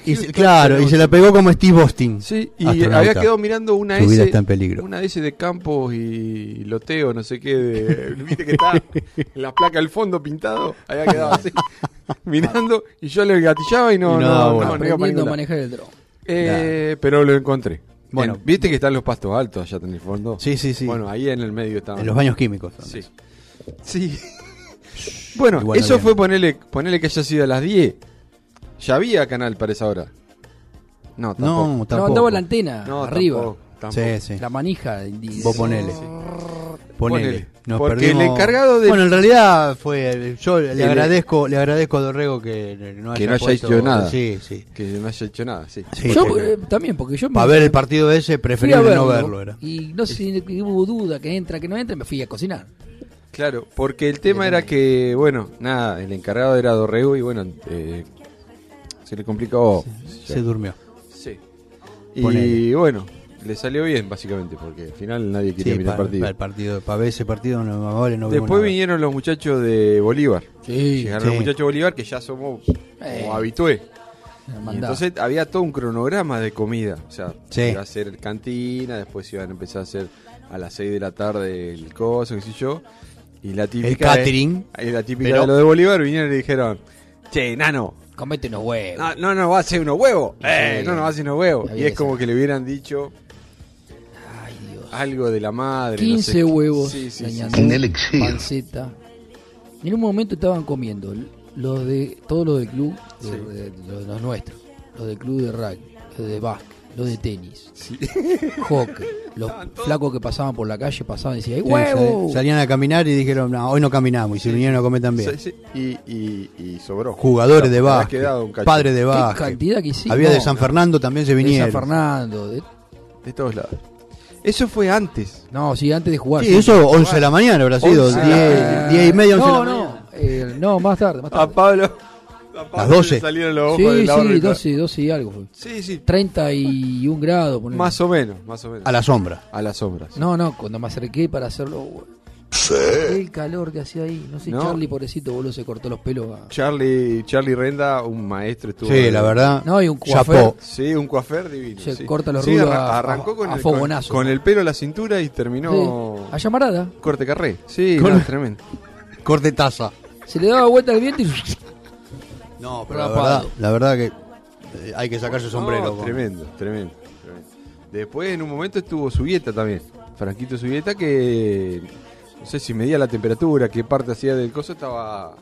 Y se- claro, y se la pegó como Steve Austin. Sí, y astronauta. había quedado mirando una Tu S, vida está en peligro. una S de Campos y Loteo, no sé qué, de, viste que está en la placa del fondo pintado, había quedado así, mirando, y yo le gatillaba y no, Y no, no daba no, bola. no iba para aprendiendo ningún a lado. manejar el dron. Eh, pero lo encontré. Bueno. Bueno, viste que están los pastos altos allá en el fondo. Sí, sí, sí. Bueno, ahí en el medio estaban. En los baños químicos. Sí. Sí. bueno, Igual no eso había. fue ponerle, ponerle que haya sido a las 10. Ya había canal para esa hora. No, tampoco. No, tampoco. No, andaba la antena No, arriba. tampoco, tampoco. Sí, sí. La manija. y- Vos ponele. Ponele. Ponele. Nos Porque perdimos- el encargado de- Bueno, en realidad fue. Yo le El- agradezco, le agradezco a Dorrego que no haya, Que no haya puesto- hecho nada. Sí, sí. Que no haya hecho nada, sí. Sí, Yo porque- eh, también, porque yo me. Para ver el partido ese, fui a preferible no verlo, verlo. Era. Y no sé si hubo duda que entra, que no entra, me fui a cocinar. Claro, porque el tema era que, bueno, nada, el encargado era Dorrego y bueno, eh, se le complicó. Se durmió. Sí. Y Ponele. bueno, le salió bien, básicamente, porque al final nadie quería Sí, mirar pa- el partido. pa- el partido. Para ver ese partido no más vale, no vemos Después nada. vinieron los muchachos de Bolívar. Sí, Llegaron sí. los muchachos de Bolívar que ya somos Eh. como habitué. Y hermandad. entonces había todo un cronograma de comida. O sea, Sí. iba a ser cantina, después iban a empezar a hacer a las 6 de la tarde el coso, qué sé yo. Y la típica. de- catering. y la típica Pero- de los de Bolívar vinieron y dijeron: Che, nano, Comete unos huevos. Ah, no, no nos va a hacer unos huevos. Eh, Sí. no nos va a hacer unos huevos. Había Y es que como ser. que le hubieran dicho Ay, Dios. algo de la madre. no 15 sé qué. huevos Sí, sí, sí. dañando. En el exilio. panceta. Y en un momento estaban comiendo l- los de todos los del club, de- de- los, los nuestros, los del club de rugby, los de básquet, los de tenis, hockey, los flacos que pasaban por la calle pasaban y decían, ¡Ay, Sí, huevo! sal- salían a caminar y dijeron, no, hoy no caminamos. Y se vinieron a comer también. Sí, sí. Y, y- y sobró. Jugadores de Habrá básquet, quedado un cacho. padres de ¡Qué básquet. cantidad que hicimos! Había de San Fernando, también se De San vinieron. Fernando, de- De todos lados. Eso fue antes. no, sí, antes de jugar. Sí, sí. eso 11 de la mañana habrá sido. 10, Once. Ah. y media, 11 de No, la no, mañana. eh, no, más tarde, más tarde. Pablo. Las 12. Salieron los ojos Sí, Ah, de la sí, órbita. 12, 12 y algo. fue. Sí, sí. 31 grados. ponele. Más o menos, más o menos. A la sombra. A las sombras. No, no, cuando me acerqué para hacerlo. El calor que hacía ahí. No sé, No. Charlie, pobrecito, boludo, se cortó los pelos. a- Charlie, Charlie Renda, un maestro estuvo. Sí, la verdad. No, y un chapó. coafer. Sí, un coafer divino. Se sí. corta los Sí, rulos arran- a- arrancó a- con, a el, con, fogonazo. con el pelo a la cintura y Sí, terminó a llamarada. corte carré. Sí, Con- no, es tremendo. Corte taza. Se le daba vuelta al viento y. No, pero la rapado. verdad, la verdad que eh, hay que sacarse el sombrero. No, con- Oh, tremendo, tremendo, tremendo. Después en un momento estuvo Subieta también. Franquito Subieta que no sé si medía la temperatura, qué parte hacía del coso, estaba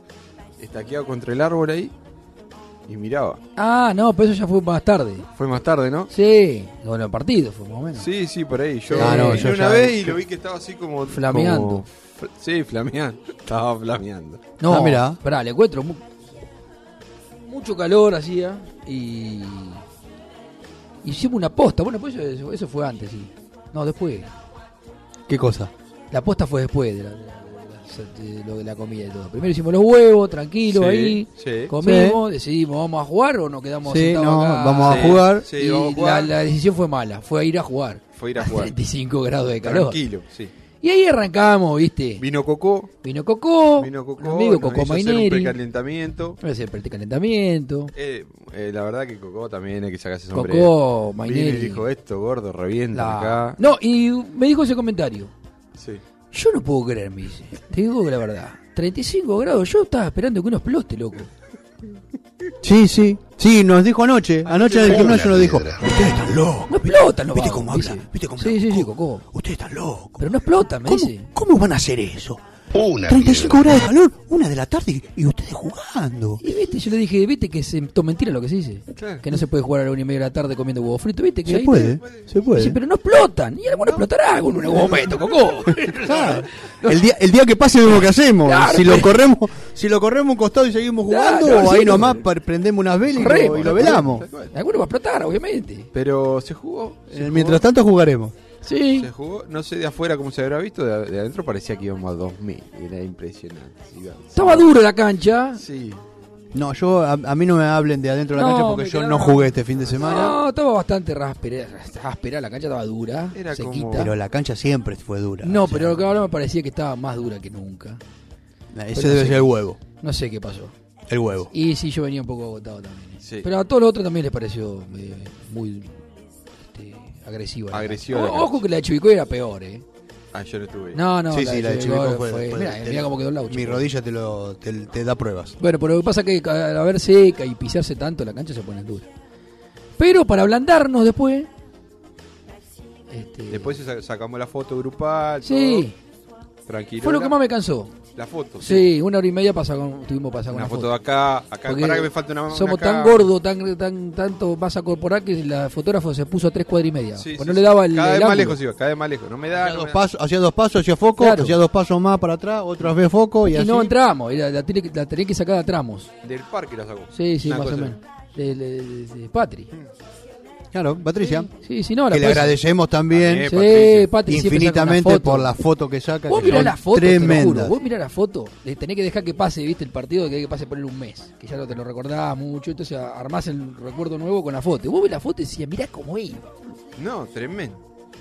estaqueado contra el árbol ahí y miraba. Ah, no, pero eso ya fue más tarde. Fue más tarde, ¿no? Sí, con los partidos fue más o menos. Sí, sí, por ahí. Yo Ah, no, vi yo una ya- vez y lo vi que estaba así como... Flameando. como fl- sí, flameando. Estaba flameando. No, Ah, mira. mirá. Esperá, le encuentro. mu- mucho calor hacía y. Hicimos una posta. Bueno, pues eso, eso fue antes, sí. No, después. ¿Qué cosa? La posta fue después de, la, de la- de la- de lo de la comida y todo. Primero hicimos los huevos, tranquilo Sí, ahí. sí. Comimos, decidimos, ¿vamos a jugar o nos quedamos Sí, sentados no, acá? vamos a Sí, jugar. sí, y vamos a jugar. La, la decisión fue mala, fue a ir a jugar. Fue ir a jugar. 35 grados de calor. Tranquilo, sí. Y ahí arrancamos, ¿viste? Vino Cocó. Vino Cocó, Vino Cocó. un amigo nos Cocó hizo hacer un Maineri, precalentamiento. ese precalentamiento. Eh, eh, la verdad que Cocó también hay que sacarse sombrero. Cocó, Vino y Maineri. dijo esto, gordo, revienta la- acá. No, y me dijo ese comentario. Sí. Yo no puedo creer, me dice. Te digo la verdad. 35 grados, yo estaba esperando que uno explote, loco. Sí, sí. Sí, nos dijo anoche. Anoche en el gimnasio nos dijo. piedra. Ustedes están locos. No explotan los Oh, ¿Viste vagos, cómo dice. habla? ¿Viste cómo Sí, sí, habla? sí, ¿Cómo? Cocó. Ustedes están locos. Pero no explotan, me ¿Cómo, dice. cómo van a hacer eso? Una 35 piedra. grados de calor, una de la tarde y ustedes jugando. Y viste, yo le dije, viste que es eh, to- mentira lo que se dice. Claro. Que no se puede jugar a la una y media de la tarde comiendo huevo frito, viste que Se ahí- puede, se Sí, puede. pero no explotan. Y alguno explotará en un momento, Cocó. Claro. El día, el día que pase vemos qué hacemos. Claro, si lo pero- corremos, si lo corremos un costado y seguimos Claro, jugando, no, o ahí sí, nomás par- prendemos unas velas y lo- Corremos, y lo velamos. Alguno va a explotar, obviamente. Pero se jugó. Eh, se jugó, Mientras tanto jugaremos. Sí. Se jugó, no sé de afuera cómo se habrá visto, de, de adentro parecía que íbamos a 2000, era impresionante. Iba- Estaba duro la cancha. Sí, No, yo a, a mí no me hablen de adentro de la No, cancha porque me yo quedaba- no jugué este fin de semana. No, estaba bastante ráspera, áspera, la cancha estaba dura, Era como- sequita. Pero la cancha siempre fue dura. No, O sea, pero lo que ahora me parecía que estaba más dura que nunca. Ese pero debe sí. ser el huevo. No sé qué pasó. El huevo. Y sí, yo venía un poco agotado también. eh. Sí. Pero a todos los otros también les pareció eh, muy este, agresiva. la Agresiva cancha. la O- Ojo cancha. que la de Chivicoy era peor, ¿eh? ah, yo no estuve. ahí. No, no, sí, sí, la de Chivilcoy Chivilcoy fue. fue- mirá, te- mirá cómo quedó el laucho. Mi rodilla te, lo, te, te da pruebas. Bueno, pero lo que pasa es que al haber seca y pisarse tanto, la cancha se pone dura. Pero para ablandarnos después. este, Después sa- sacamos la foto grupal, Sí, todo, tranquilo. fue lo la- que más me cansó. La foto. Sí, una hora y media pasa con, tuvimos pasar con Una la foto foto. de acá, acá, Porque pará que me falta una una somos acá. tan gordos, tan, tan, tanto masa corporal que la fotógrafo se puso a tres cuadras y media. Sí, Pues sí, no le sí. daba el, Cada el vez más ángulo. lejos iba, cada vez más lejos. No me da. Hacía no dos me da. pasos, hacía dos pasos hacia foco, Claro. hacía dos pasos más para atrás, otras vez foco y, Y así. no entramos, era- la, tiene que- la tenía que sacar a tramos. Del parque la sacó. Sí, sí, Una más o cosa menos. De, de- de- de Patri. Claro, Patricia. Sí, sí, no, la que le puedes- agradecemos también También, Sí, Patri siempre saca una infinitamente foto. por la foto que saca. Vos que mirá son la foto, te lo tremendas. juro. Vos mirá la foto. Le tenés que dejar que pase, viste, el partido, que tenés que pase por él un mes. Que ya no te lo recordabas mucho. Entonces a- armás el recuerdo nuevo con la foto. Y Vos ves la foto y decías, mirá cómo iba. No, tremendo.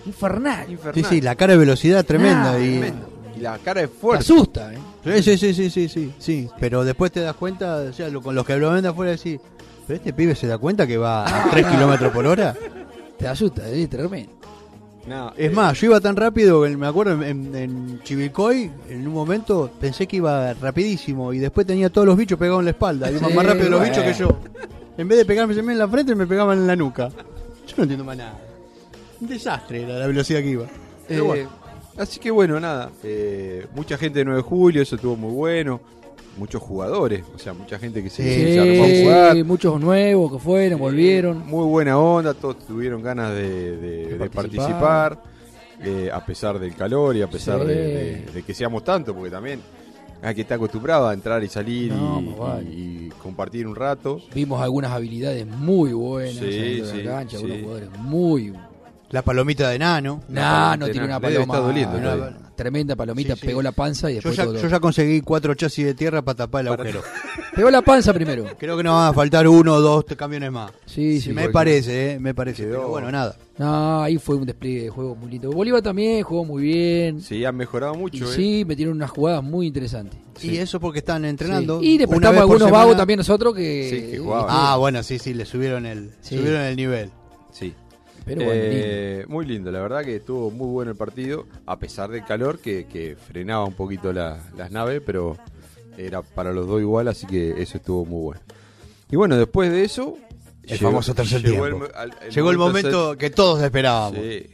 Infernal. Infernal. Sí, sí, la cara de velocidad tremenda. Ah, y... Tremendo. Y la cara de Te fuerza. asusta, ¿eh? Sí, sí, sí, sí, sí, sí, sí. Pero después te das cuenta, o sea, lo- con los que lo ven de afuera decís, pero este pibe se da cuenta que va a 3 kilómetros por hora. Te asusta, eh, es tremendo. No, Es más, yo iba tan rápido, en- me acuerdo en, en Chivilcoy, en un momento pensé que iba rapidísimo y después tenía todos los bichos pegados en la espalda. Iba Sí, más rápido los bueno. bichos que yo. En vez de pegarme en la frente, me pegaban en la nuca. Yo no entiendo más nada. Un desastre era la velocidad que iba. Eh, Pero bueno. eh, Así que bueno, nada. eh, mucha gente de 9 de julio, eso estuvo muy bueno. Muchos jugadores, o sea, mucha gente que se, Sí, se armó a jugar. Sí, muchos nuevos que fueron, volvieron. Muy buena onda, todos tuvieron ganas de, de- de participar. participar. eh, a pesar del calor y a pesar Sí. de, de- de que seamos tanto, porque también hay que estar acostumbrado a entrar y salir No, y, más vale. y- y compartir un rato. Vimos algunas habilidades muy buenas Sí, saliendo de sí, la cancha, sí. algunos jugadores muy. La palomita de nano. Nah, no palomita, tiene nah, una le debe paloma. estar doliendo una todavía. tremenda palomita, Sí, sí. pegó la panza y Yo después ya, todo lo- yo ya conseguí cuatro chasis de tierra para tapar el agujero. Pegó la panza primero. Creo que nos van a faltar uno o dos t- camiones más. Sí, sí. me parece, eh, me parece. Quedó- Pero bueno, nada. No, ahí fue un despliegue de juego muy lindo. Bolívar también jugó muy bien. Sí, han mejorado Y mucho. ¿eh? sí, metieron unas jugadas muy interesantes. Y eso porque están entrenando. Sí. Y una despertamos vez por algunos vagos semana. también nosotros que. Sí, que jugaban. Ah, bueno, sí, sí, le subieron el, Sí. subieron el nivel. Sí. Pero bueno, lindo. Eh, muy lindo, la verdad que estuvo muy bueno el partido, a pesar del calor que, que frenaba un poquito la- las naves, pero era para los dos igual, así que eso estuvo muy bueno. Y bueno, después de eso... El famoso tercer tiempo. mo- al- Llegó el momento que todos esperábamos. tercer- sí.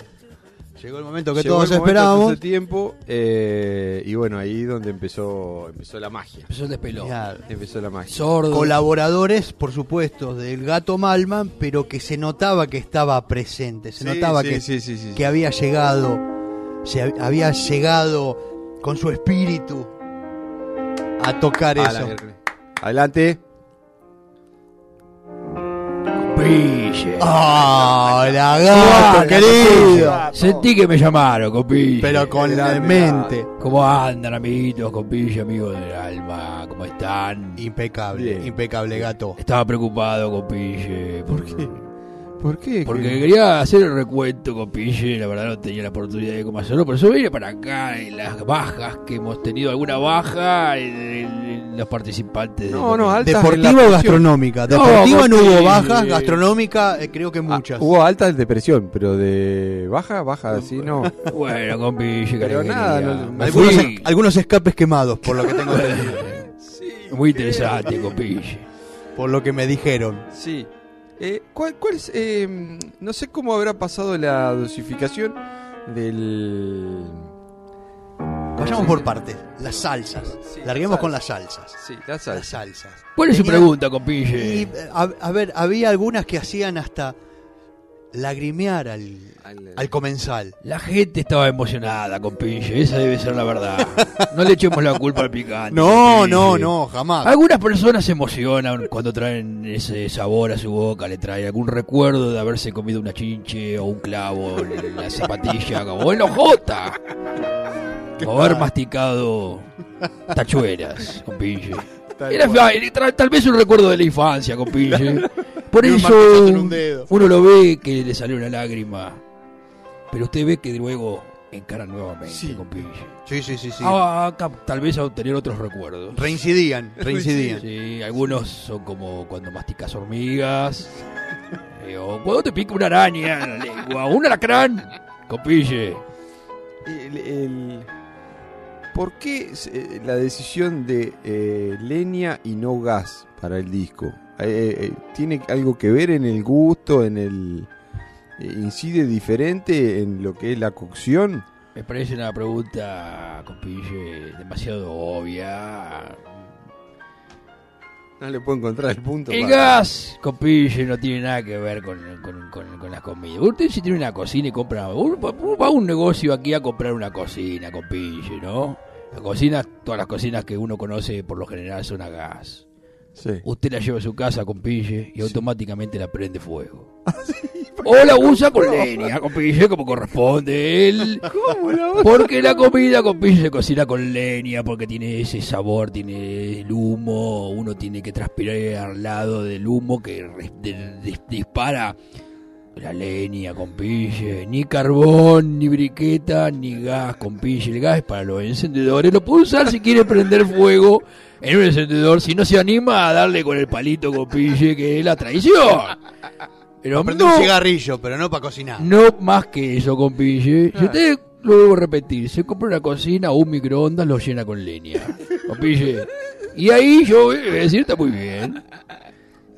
Llegó el momento que Llegó todos el momento del esperábamos. tercer tiempo, eh, y bueno, ahí donde empezó, empezó la magia. Empezó el despelón. Claro. Empezó la magia. Sordo. Colaboradores, por supuesto, del gato Malman, pero que se notaba que estaba presente, se Sí, notaba sí, que, sí, sí, sí, sí. que había llegado, se hab- había llegado con su espíritu a tocar A Ah, la eso. guerra. Adelante. Copille. ¡Ah, la gato, querido! Sentí que me llamaron, copille. Pero con la mente. ¿Cómo andan, amiguitos, copille, amigos del alma? ¿Cómo están? Impecable, Bien. impecable gato. Estaba preocupado, copille. ¿Por qué? ¿Por qué? Porque quería hacer el recuento con Pille, la verdad no tenía la oportunidad de cómo hacerlo, por eso vine para acá en las bajas que hemos tenido, alguna baja en, en- en los participantes. de- No, no, altas en la Deportiva o presión. gastronómica. No, Deportiva no, Gotti. hubo bajas, gastronómica eh, creo que Ah, muchas. hubo altas de depresión, pero de baja, baja, así no. Bueno, con Pille, Pero que nada, quería. no- Me algunos, fui. es- algunos escapes quemados, por lo que tengo entendido. Muy interesante, con Pille. Por lo que me dijeron. Sí. Eh, ¿cuál, cuál es, eh, no sé cómo habrá pasado la dosificación del... Vayamos por partes. Las salsas. Sí, Larguemos salsa. con las salsas. Sí, la Las salsa. salsas. ¿Cuál es su Tenía- pregunta, con Y, Pille? eh, a, a ver, había algunas que hacían hasta lagrimear al, Al- al comensal. La gente estaba emocionada, con Pille, esa debe ser la verdad. No le echemos la culpa al picante. No, Copille. no, no, jamás. Algunas personas se emocionan cuando traen ese sabor a su boca, le trae algún recuerdo de haberse comido una chinche o un clavo en la zapatilla o en la hojota. O haber masticado tachuelas con pinche. Era fa- tra- tal vez un recuerdo de la infancia con pinche. Por Y un eso martillazo en un dedo. uno lo ve que le salió una lágrima. Pero usted ve que luego encara nuevamente con pinche. Sí, sí, sí, sí. Ah, cap- tal vez a obtener otros recuerdos. Reincidían, reincidían. Sí, algunos son como cuando masticas hormigas. eh, o cuando te pica una araña en la lengua. o Un alacrán. Copille. El- el- ¿Por qué se- eh, la decisión de eh, leña y no gas para el disco? Eh, eh, ¿Tiene algo que ver en el gusto, en el... eh, ¿Incide diferente en lo que es la cocción? Me parece una pregunta, Copille, demasiado obvia. No le puedo encontrar el punto. El para- gas, Copille, no tiene nada que ver con, con, con- con las comidas. Usted si tiene una cocina y compra... uno va- uno va a un negocio aquí a comprar una cocina, Copille, ¿no? La cocina, todas las cocinas que uno conoce por lo general son a gas. Sí. Usted la lleva a su casa con pille y automáticamente la prende fuego. O la usa con leña, con pille, como corresponde él. Porque la comida con pille se cocina con leña, porque tiene ese sabor, tiene el humo, uno tiene que transpirar al lado del humo que res- de- de- dispara la leña con pille, ni carbón, ni briqueta, ni gas con pille. El gas es para los encendedores. Lo puede usar si quiere prender fuego en un encendedor. Si no se anima a darle con el palito con pille, que es la traición. Pero Prende no- un cigarrillo, pero no para cocinar. no más que eso, compille. Ah. Si usted lo debo repetir, se compra una cocina o un microondas, lo llena con leña. Compille. Y ahí yo eh, voy a decir, está muy bien.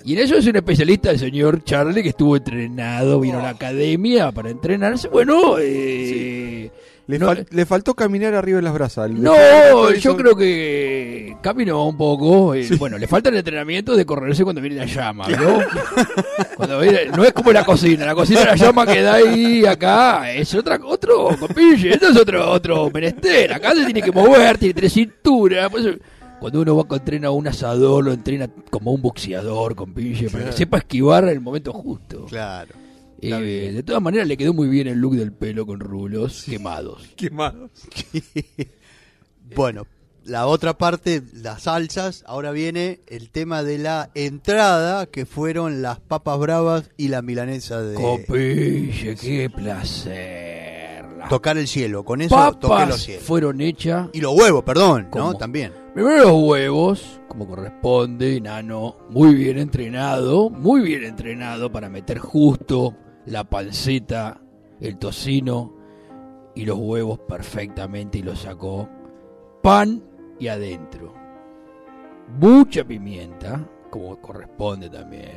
Y en eso es un especialista el señor Charlie, que estuvo entrenado, vino a Oh. la academia para entrenarse. Bueno, eh, Le, no- fal- le faltó caminar arriba de las brasas. Le- no, yo creo que caminó un poco. eh, Bueno, le falta el entrenamiento de correrse cuando viene la llama, ¿no? Cuando viene- no es como la cocina, la cocina la llama que da ahí acá, es otra, otro copille, esto es otro, otro menester, acá se tiene que mover, tiene tres cinturas, por eso- cuando uno va que entrena a un asador, lo entrena como un boxeador, compille, para que sepa esquivar en el momento justo. Claro. Eh, de todas maneras le quedó muy bien el look del pelo con rulos quemados. Bueno, la otra parte, las salsas. Ahora viene el tema de la entrada, que fueron las papas bravas y la milanesa de Copille, qué placer. Las tocar el cielo. Con eso toqué los papas cielos. fueron hechas. Y los huevos, perdón, ¿no? ¿Cómo? También. Primero los huevos, como corresponde, nano, muy bien entrenado, muy bien entrenado para meter justo la panceta, el tocino y los huevos perfectamente y los sacó. Pan y adentro. Mucha pimienta, como corresponde también.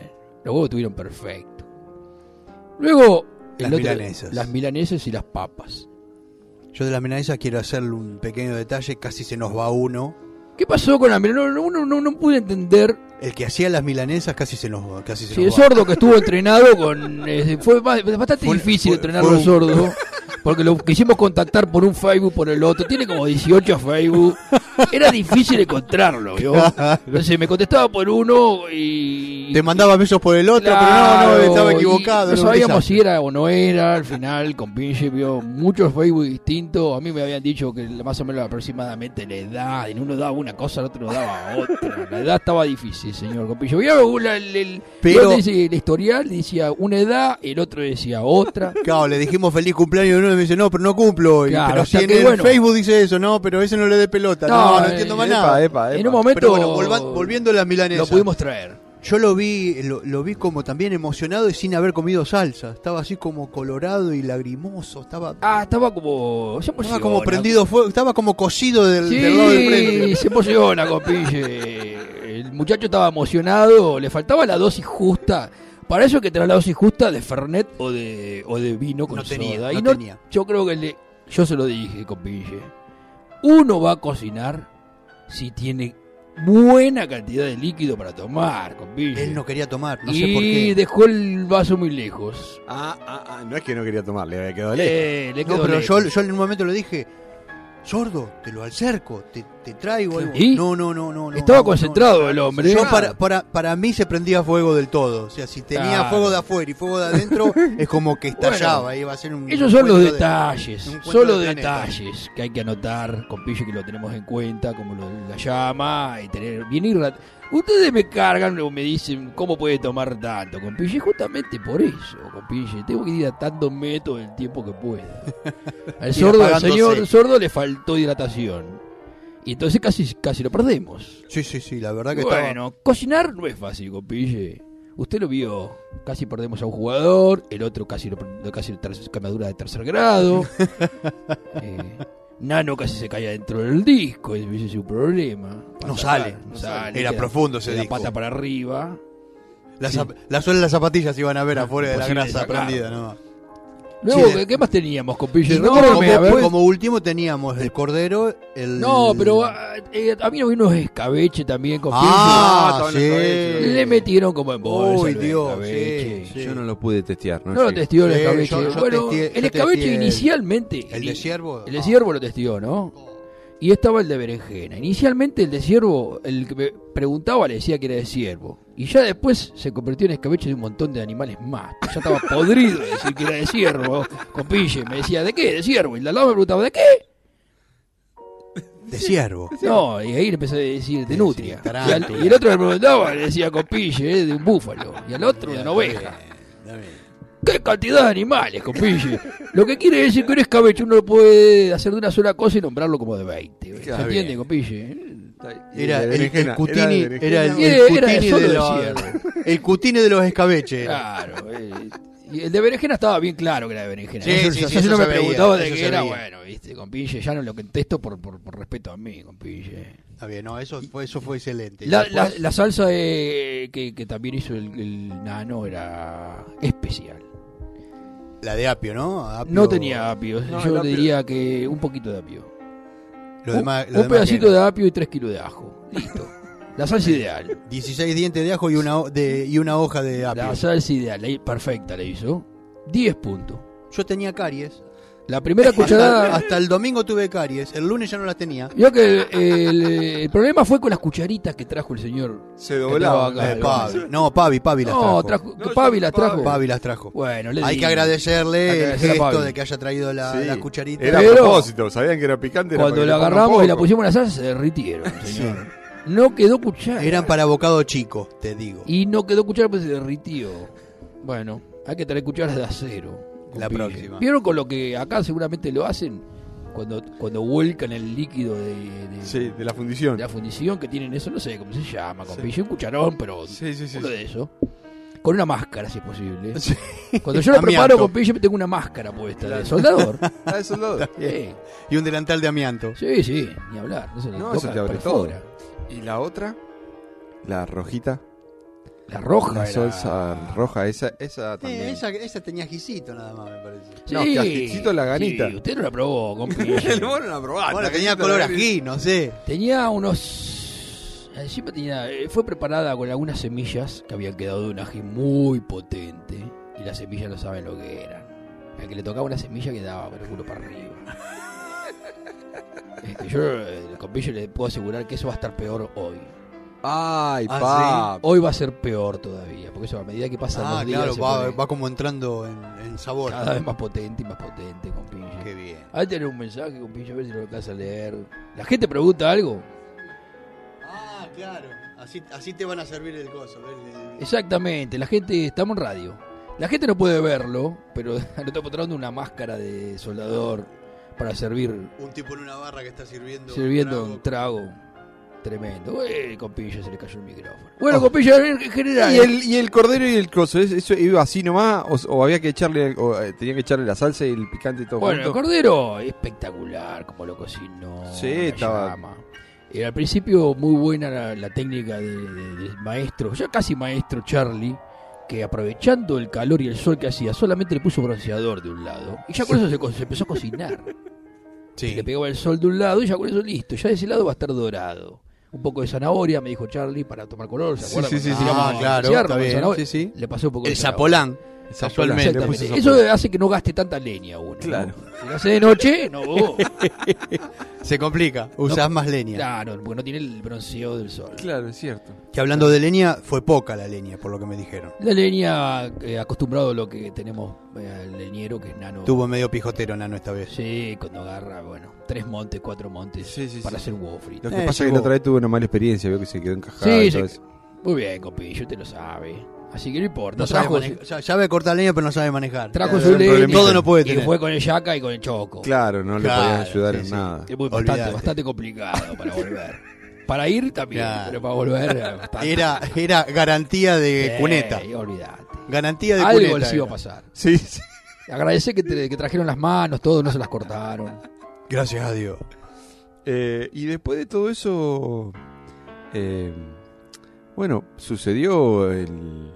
Los huevos estuvieron perfectos. Luego, el Las otro- milanesas. las milanesas y las papas. Yo de las milanesas quiero hacerle un pequeño detalle, casi se nos va uno. ¿Qué pasó con las milanesas? No, no, no, no pude entender El que hacía las milanesas casi se nos va. Casi se Sí, nos el va. sordo que estuvo entrenado con. eh, fue ba- bastante Fue- difícil fue- entrenarlo fue al sordo. Porque lo quisimos contactar por un Facebook, por el otro. Tiene como 18 Facebook. Era difícil encontrarlo, ¿vio? Entonces me contestaba por uno y. Te mandaba besos por el otro, Claro, pero no, no, estaba y equivocado. No era un sabíamos desastre. si era o no era. Al final, con pinche vio muchos Facebook distintos. A mí me habían dicho que más o menos aproximadamente la edad. En uno daba una cosa, el otro daba otra. La edad estaba difícil, señor Compillo. Había una- el, el, Pero- uno dice el historial decía una edad, el otro decía otra. Claro, le dijimos feliz cumpleaños y uno y me dice, no, pero no cumplo hoy. Claro, pero o sea si en que el bueno. Facebook dice eso, no, pero ese no le dé pelota. No, no, eh, entiendo más epa, nada. epa, En epa. un momento Ah, Pero bueno, volvan- volviendo a las milanesas. lo pudimos traer. Yo lo vi, lo, lo vi como también emocionado y sin haber comido salsa. Estaba así como colorado y lagrimoso. Estaba, Ah, estaba como. se estaba emociona. como prendido fuego, estaba como cocido del, Sí, del lado del frente. se emociona, compille. eh, El muchacho estaba emocionado, le faltaba la dosis justa. Para eso hay que tener la dosis justa de Fernet o de, o de vino con No tenía, soda. no y no, tenía. Yo creo que le, yo se lo dije, compille. Uno va a cocinar si tiene buena cantidad de líquido para tomar, compille. Él no quería tomar, no y sé por qué. dejó el vaso muy lejos. Ah, ah, ah, no es que no quería tomar, le había quedado lejos. Eh, le No, quedó pero yo, lejos. yo en un momento le dije, sordo, te lo acerco, te, te traigo algo. ¿Y? No, no, no, no. no, Estaba no, no, concentrado no. el hombre. Yo para, para, para mí se prendía fuego del todo. O sea, si tenía Claro. fuego de afuera y fuego de adentro, es como que estallaba. iba a ser un Esos son encuentro los de- detalles, un encuentro son los de planeta. detalles que hay que anotar, con pillo que lo tenemos en cuenta, como lo de la llama, y tener bien irra- Ustedes me cargan o me dicen cómo puede tomar tanto, con pillo, y justamente por eso, con pillo, tengo que ir adaptándome todo el tiempo que pueda. Al sordo, al apagándose. señor sordo le faltó hidratación. Y entonces casi, casi lo perdemos. Sí, sí, sí, la verdad Ah, que Bueno, cocinar no es fácil, compille. Usted lo vio, casi perdemos a un jugador, el otro casi lo, per- casi lo ter- quemadura de tercer grado. Eh, Nano casi se caía dentro del disco, ese es un problema. No sale, no no sale. sale. Era queda- profundo ese queda disco. pata para arriba. estaba. La, zap- la suela de las zapatillas iban a ver afuera de la Ah, Imposible grasa sacar. prendida, ¿no? Luego, Sí, de- ¿qué más teníamos, compille? Y no, Recuérdame, como, a ver. como último teníamos el cordero, el. No, pero ah, eh, a mí no vino escabeche también, compille. Ah, estaban sí. los cabezas. Le metieron como en bolsa. Uy, el Dios, escabeche. sí, sí. Yo no lo pude testear, ¿no? No lo llegué. testió el Sí, escabeche. yo- yo bueno, testeé- el yo escabeche testeé el- inicialmente. el de ciervo. El de Ah. ciervo lo testió, ¿no? Y estaba el de berenjena. Inicialmente el de ciervo, el que me preguntaba le decía que era de ciervo. Y ya después se convirtió en escabeche de un montón de animales más. Ya estaba podrido de decir que era de ciervo. Compille, me decía, ¿de qué? De ciervo. Y la lava me preguntaba, ¿de qué? De ciervo. No, y ahí le empecé a decir de nutria. sí, Y, al- taranto. y el otro le preguntaba, le decía compille, eh, de un búfalo. Y al otro de una oveja. ¡Qué cantidad de animales, compille! Lo que quiere decir que un escabeche uno lo puede hacer de una sola cosa y nombrarlo como de 20. ¿Se Claro, entiende, bien. compille? Era el, el berenjena, cutini, era de era el, berenjena. el Era- era cutini solo de de los, cierre. el cutini de los escabeches. era. Claro. eh, y el de berenjena estaba bien claro que era de berenjena. Sí, Eso- sí, eso- sí, yo eso no se me veía, preguntaba de eso qué se era. veía. Bueno, viste, compille, ya no lo contesto por, por, por respeto a mí, compille. Está bien, no, eso fue, eso fue excelente. La, la- Después- la salsa de- que, que también hizo el, el nano era especial. la de apio, ¿no? Apio- No tenía apio. No, el yo apio- diría que un poquito de apio. lo un demás- lo un demás pedacito que de era. apio y 3 kilos de ajo. Listo. La salsa ideal. 16 dientes de ajo y una, ho- de, y una hoja de apio. La salsa ideal. la hi- perfecta le hizo. 10 puntos. Yo tenía caries. La primera Hasta, cucharada. hasta el domingo tuve caries. El lunes ya no las tenía. Vio que el, el- el problema fue con las cucharitas que trajo el señor. Se doblaba doblaba. acá. Claro. Eh, Pavi. No, Pavi, Pavi las No, trajo. trajo, No, Pavi las Pavi. trajo. Pavi las trajo. Bueno, le Hay di- que agradecerle Hay que el agradecer a gesto Pavi. de que haya traído la, Sí. la cucharita. Era Pero- a propósito, sabían que era picante. era Cuando para que la le pongan agarramos y la poco. pusimos en la salsa, se derritieron, señor. No quedó cuchara. Eran para bocado chico, te digo. Y no quedó cuchara, pues se derritió. Bueno, hay que traer cucharas de acero. La compille. próxima. ¿Vieron con lo que acá seguramente lo hacen? Cuando, cuando vuelcan el líquido de, de- Sí, de la de fundición. la fundición que tienen eso, no sé cómo se llama, compille. Un cucharón, pero Sí, sí, sí, uno sí. de eso. Con una máscara, si es posible. Sí. Cuando yo lo preparo, Amianto. compille, tengo una máscara puesta de soldador. Ah, eso lo- Eh, Y un delantal de amianto. sí, sí, ni hablar. Eso le No, toca eso te abre perfora. Y la otra, la rojita. La roja. La era- salsa roja, esa, esa también. Eh, esa, esa tenía guisito nada más, me parece. Sí, No, que ajicito la ganita. sí, usted no la probó, compille. Bueno, tenía color ají, no sé. Tenía unos. Encima tenía. eh, Fue preparada con algunas semillas que habían quedado de un ají muy potente. Y las semillas no saben lo que eran. Al que le tocaba una semilla quedaba con el culo para arriba. Este, yo, eh, el compillo, le puedo asegurar que eso va a estar peor hoy. Ay, Ah, pa. Hoy va a ser peor todavía. Porque eso, a medida que pasan Ah, los días. claro, se va, pone va como entrando en, en sabor. cada vez más potente y más potente, compillo. Qué bien. Ahí tenés un mensaje, compillo, a ver si lo alcanza a leer. ¿La gente pregunta algo? Ah, claro. Así, así te van a servir el gozo. el- el- Exactamente, la gente, estamos en radio. La gente no puede verlo, pero nos estamos trayendo una máscara de soldador para servir, un tipo en una barra que está sirviendo. sirviendo un un trago. trago. Tremendo. Uy, compillo, se le cayó el micrófono. Bueno, compillo, en general. ¿Y el, y el cordero y el coso, ¿es- ¿eso iba así nomás? ¿O, o había que echarle, o, eh, tenía que echarle la salsa y el picante y todo Bueno, el junto? cordero espectacular, como lo cocinó. Sí, la estaba- llama. Eh, al principio muy buena la, la técnica de- de- del maestro, ya casi maestro Charlie, que aprovechando el calor y el sol que hacía, solamente le puso bronceador de un lado. Y ya con eso se co- se, empezó a cocinar. Sí. Le pegaba el sol de un lado y ya con eso listo. Ya de ese lado va a estar dorado. Un poco de zanahoria, me dijo Charlie, para tomar color. ¿se Sí, acuerdan sí, sí, cuando sí. tiramos Ah, claro, la está bien, zanahoria? sí, sí. Le pasó un poco de El zanahoria. zapolán. Esa casualmente. sola, le puse Exactamente. esa sola. Eso hace que no gaste tanta leña uno. pues, Claro. ¿no? Si lo hace de noche, no. Se complica. Usás más leña. Claro, porque no tiene el bronceo del sol. Claro, es cierto. Que hablando de leña, fue poca la leña, por lo que me dijeron. La leña, eh, acostumbrado a lo que tenemos eh, al leñero, que es nano. Tuvo medio pijotero, Nano, esta vez. Sí, cuando agarra, bueno, tres montes, cuatro montes Sí, sí, para sí. hacer huevo frito. Lo que Eh, pasa es que llegó. la otra vez tuve una mala experiencia, veo que se quedó encajada. Sí, y sí. todo eso. Muy bien, compillo, te lo sabe. Así que no importa. No sabe trajo manejar. Ya, sabe cortar leña, pero no sabe manejar. trajo Era su un leña. problemita. Todo no puede Y tener. fue con el yaca y con el choco. Claro, no Claro, le podían ayudar sí, en sí. nada. Es muy bastante, Olvidate. bastante complicado para volver. para ir también, Claro. pero para volver era bastante. Era, era garantía de Sí, Eh, cuneta. olvidate. Garantía de Eh, Algo cuneta. les iba a era. pasar. Sí, sí. Agradece que, te- que trajeron las manos, todo, no se las cortaron. Gracias a Dios. Eh, y después de todo eso, eh, bueno, sucedió el-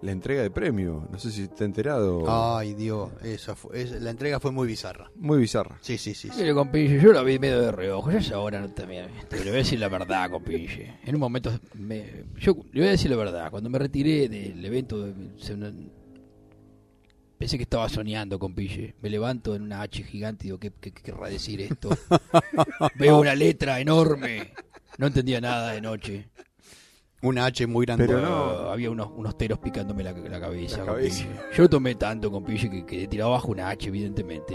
la entrega de premio. No sé si te has enterado. Ah. Ay, Dios. Esa fue- es- la entrega fue muy bizarra. Muy bizarra. Sí, sí, sí. sí. Mire, compille, yo la vi medio de reojo. Ya es ahora, no te, mira, te le voy a decir la verdad, compille. En un momento, me- yo le voy a decir la verdad. Cuando me retiré del evento, se- no- pensé que estaba soñando, compille. Me levanto en una H gigante y digo, ¿qué, qué- qué querrá decir esto? Veo una letra enorme. No entendía nada de noche. Una H muy grande. Pero no. Ah, había unos, unos teros picándome la, la cabeza. La cabeza. compille. Yo tomé tanto, compille, que quedé tirado bajo una H, evidentemente.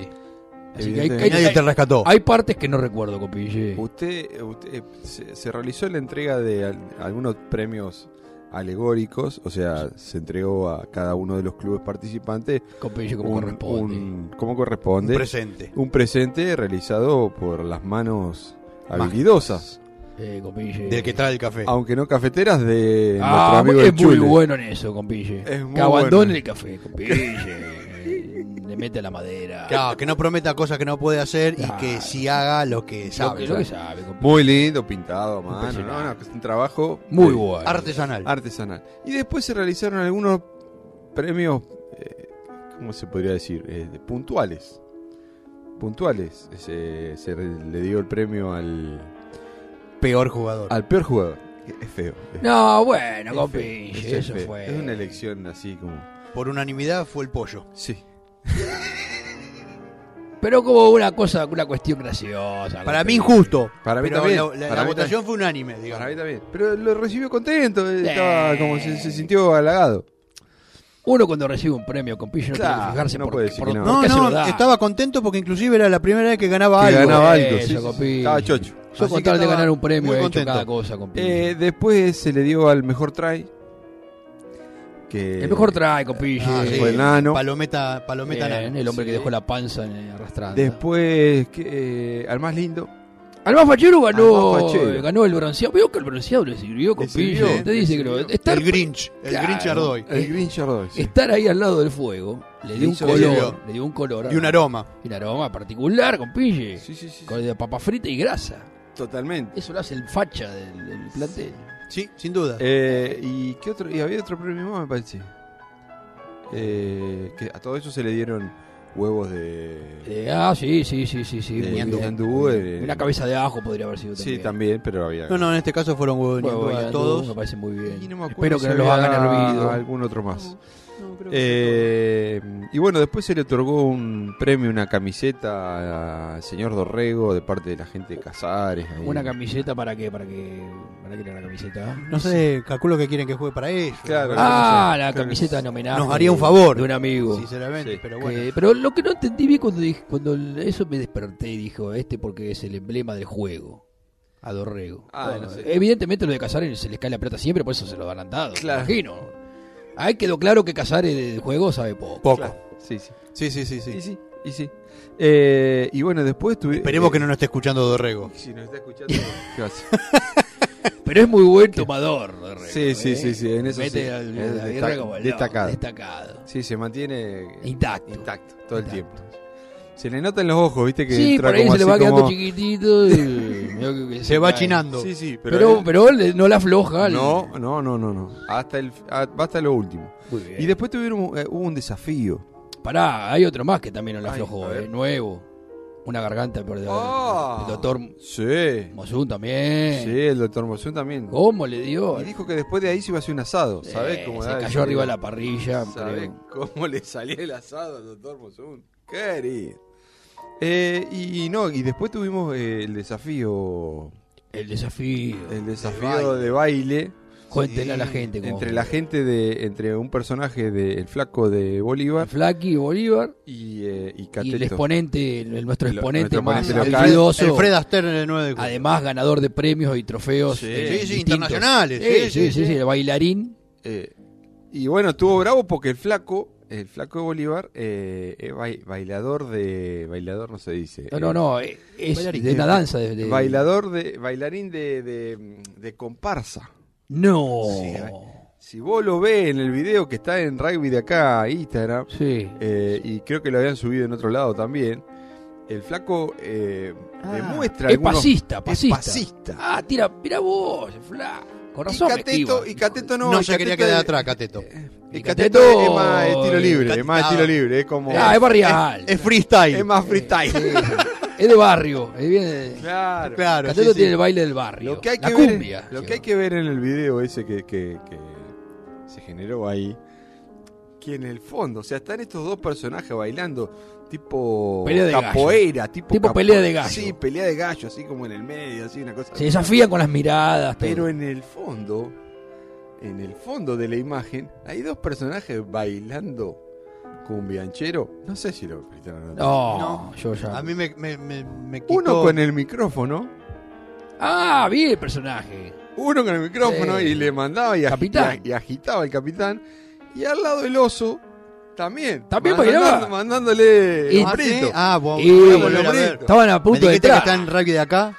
Así que hay- Evidentemente. hay, Nadie hay- te rescató. hay partes que no recuerdo, compille. Usted, usted, eh, se, se realizó la entrega de al- algunos premios alegóricos, o sea, se entregó a cada uno de los clubes participantes Copello como un- corresponde. un- como Un corresponde, presente. un presente realizado por las manos habilidosas, Eh, compille. Del que trae el café. aunque no cafeteras de Ah, nuestro amigo es el muy Chule. bueno en eso, compille. Es muy que abandone bueno. el café, compille. Le mete la madera. Claro, que no prometa cosas que no puede hacer Claro. y que sí haga lo que Lo sabe. que, lo que sabe, compille. Muy lindo, pintado a mano, Impresionante. ¿no? No, que es un trabajo Muy eh, bueno. Artesanal. artesanal. Y después se realizaron algunos premios, eh, ¿cómo se podría decir? Eh, de- puntuales. Puntuales. Se, se re- le dio el premio al, Peor jugador. al peor jugador. Es feo. es- No, es bueno, feo, es- compille, es eso feo. fue. Es una elección así como... Por unanimidad fue el pollo. Sí. Pero como una cosa, una cuestión graciosa. Para mí compille. injusto. Para mí pero también, la- La, para la mí votación fue unánime, digamos. Para mí también. Pero lo recibió contento. eh, Estaba como se, se sintió halagado. Uno cuando recibe un premio, compille, no Claro, tiene que fijarse no por, puede decir por- que no. por No, qué se lo no, da. estaba contento porque inclusive era la primera vez que ganaba Que algo. ¿eh? ganaba algo. Eso, sí, sí, sí. copillo. Estaba chocho. Yo Así que con tal de estaba ganar un premio muy he hecho contento. cada cosa, compille. Eh, después se le dio al mejor try. Que el mejor trae, compille. Ah, sí. Fue el nano. Palometa, palometa Bien, nano. Eh, el hombre que Sí. dejó la panza en- eh, arrastrada. Después que, eh, al más lindo. Alma Fachero ganó, Alma Fachero. ganó el bronceado. Veo que el bronceado le sirvió, compillo. sirvió, Te dice que lo- estar, El Grinch. El Claro. Grinch Ardoy. El Eh, Green Shardoy. sí. estar ahí al lado del fuego le dio un hizo- color. sirvió. Le dio un color. Y un aroma. y un aroma particular, compille. Sí, sí, sí, sí, Con de papa frita y grasa. Totalmente. Eso lo hace el facha del, del plantel. Sí, sin duda. Eh, ¿Y qué otro? Y había otro premio más, me parece. Eh, que a todo eso se le dieron huevos de. Eh, ah, sí, sí, sí, sí. sí de muy bien. ñandú, eh, Una cabeza de ajo podría haber sido también. Sí, también, pero había. no, no, en este caso fueron huevos de Bueno, ñandú, bueno, todos. Me parece muy Y bien. no me acuerdo Espero que si no los hagan había hervido. Algún otro más. Eh, y bueno, después se le otorgó un premio, una camiseta al señor Dorrego de parte de la gente de Casares. ahí. Una camiseta para qué, para que para qué era la camiseta. No sé, calculo que quieren que juegue para ellos. Claro. Ah, la Creo que camiseta en homenaje. Nos haría un favor. de un amigo. Sinceramente, Sí. pero Que- bueno. pero lo que no entendí bien cuando dije, cuando el- eso me desperté y dijo este porque es el emblema del juego. A Dorrego. Ah, No, no sé. Evidentemente lo de Casares se les cae la plata siempre, por eso se lo han dado. Claro. me imagino. Ahí quedó claro que Casares del juego sabe poco. Poco. Sí, sí. Sí, sí, sí, Y sí. sí, y sí. Eh, y bueno, después tuve. eh, Esperemos que no nos esté escuchando Dorrego. Si nos está escuchando. ¿Qué hace? Pero es muy buen tomador. Dorrego, Sí, sí, ¿eh? sí, sí, en eso Mete sí. al- Es la birra destaca- como el destacado. loco, destacado. Sí, se mantiene Intacto. intacto todo el Intacto. tiempo. Se le nota en los ojos, viste que Sí, entra por ahí como se le así va quedando como- chiquitito. y medio que- que Se va cae. chinando. Sí, sí, pero. Pero, él- pero él no la afloja. el- No, no, no, no, no. Hasta el a- va hasta lo último. Muy bien. Y después tuvieron eh, hubo un desafío. Pará, hay otro más que también no la Ay, aflojó, a ver. eh, nuevo. Una garganta por el, Ah. el doctor Sí. Mosun también. Sí, el doctor Mosun también. ¿Cómo le dio? Y dijo que después de ahí se iba a hacer un asado. ¿Sabés Eh, cómo se da cayó eso? arriba de la parrilla. ¿Sabés creo. cómo le salía el asado al doctor Mosun? Querido. Eh, y, y no, y después tuvimos eh, el desafío. El desafío. El desafío de baile. Cuéntenle a la Sí, gente. cómo entre fue. la gente de. Entre un personaje del el flaco de El Bolívar Flaqui Bolívar y, eh, y y el Cateto. exponente, el, el- nuestro Lo- exponente nuestro más exponente El local. habilidoso, Fred Astaire en el 9 de julio. además ganador de premios y trofeos Sí, eh, sí, sí, distintos. internacionales, sí, Eh, sí, sí, sí, sí. sí, el bailarín. Eh, y bueno, estuvo bravo porque el flaco, el flaco de Bolívar, eh, es bai- bailador de. Bailador no se dice. No, no, eh, no, eh, es Bailarín. de una danza. De, de- Bailador de. Bailarín de, de, de comparsa. No. eh. Si vos lo ves en el video que está en Rugby de acá, Instagram, Sí. eh, y creo que lo habían subido en otro lado también, el flaco eh, demuestra. Ah, Es algunos- pasista, es pasista. pasista. Ah, tira, mira vos, fla. Con Y razón. me Cateto, esquiva. y Cateto no. no, y se quería Cateto quedar es- atrás, Cateto. Y Y Cateto Cateto es más estilo libre, Cat- es más estilo ah. libre, es como. Ah, es barrial. Es freestyle. Es más freestyle. Eh, Es de barrio. Es bien de- Claro. claro. Cateto sí, sí. tiene el baile del barrio. Lo que hay la que cumbia. ver, lo sí, que hay que ver en el video ese que, que- que se generó ahí, que en el fondo, o sea, están estos dos personajes bailando tipo Pelea de capoeira, tipo, Tipo capo- pelea de gallo. Sí, pelea de gallo, así como en el medio, así una cosa. Se desafían con las miradas. todo. Pero en el fondo, en el fondo de la imagen, hay dos personajes bailando cumbianchero. No sé si lo gritaron o No, No. yo ya. A mí me, me, me, me quitó. Uno con el micrófono Ah, vi el personaje. uno con el micrófono Sí. y le mandaba y, agi- Capitán. y ag- y agitaba el capitán. Y al lado el oso también. También mandando- bailaba. Mandándole Y- el brito. Ah, vos. Y- voy a volver a ver. Estaban a punto Me de dijiste que entrar. está en rugby de acá.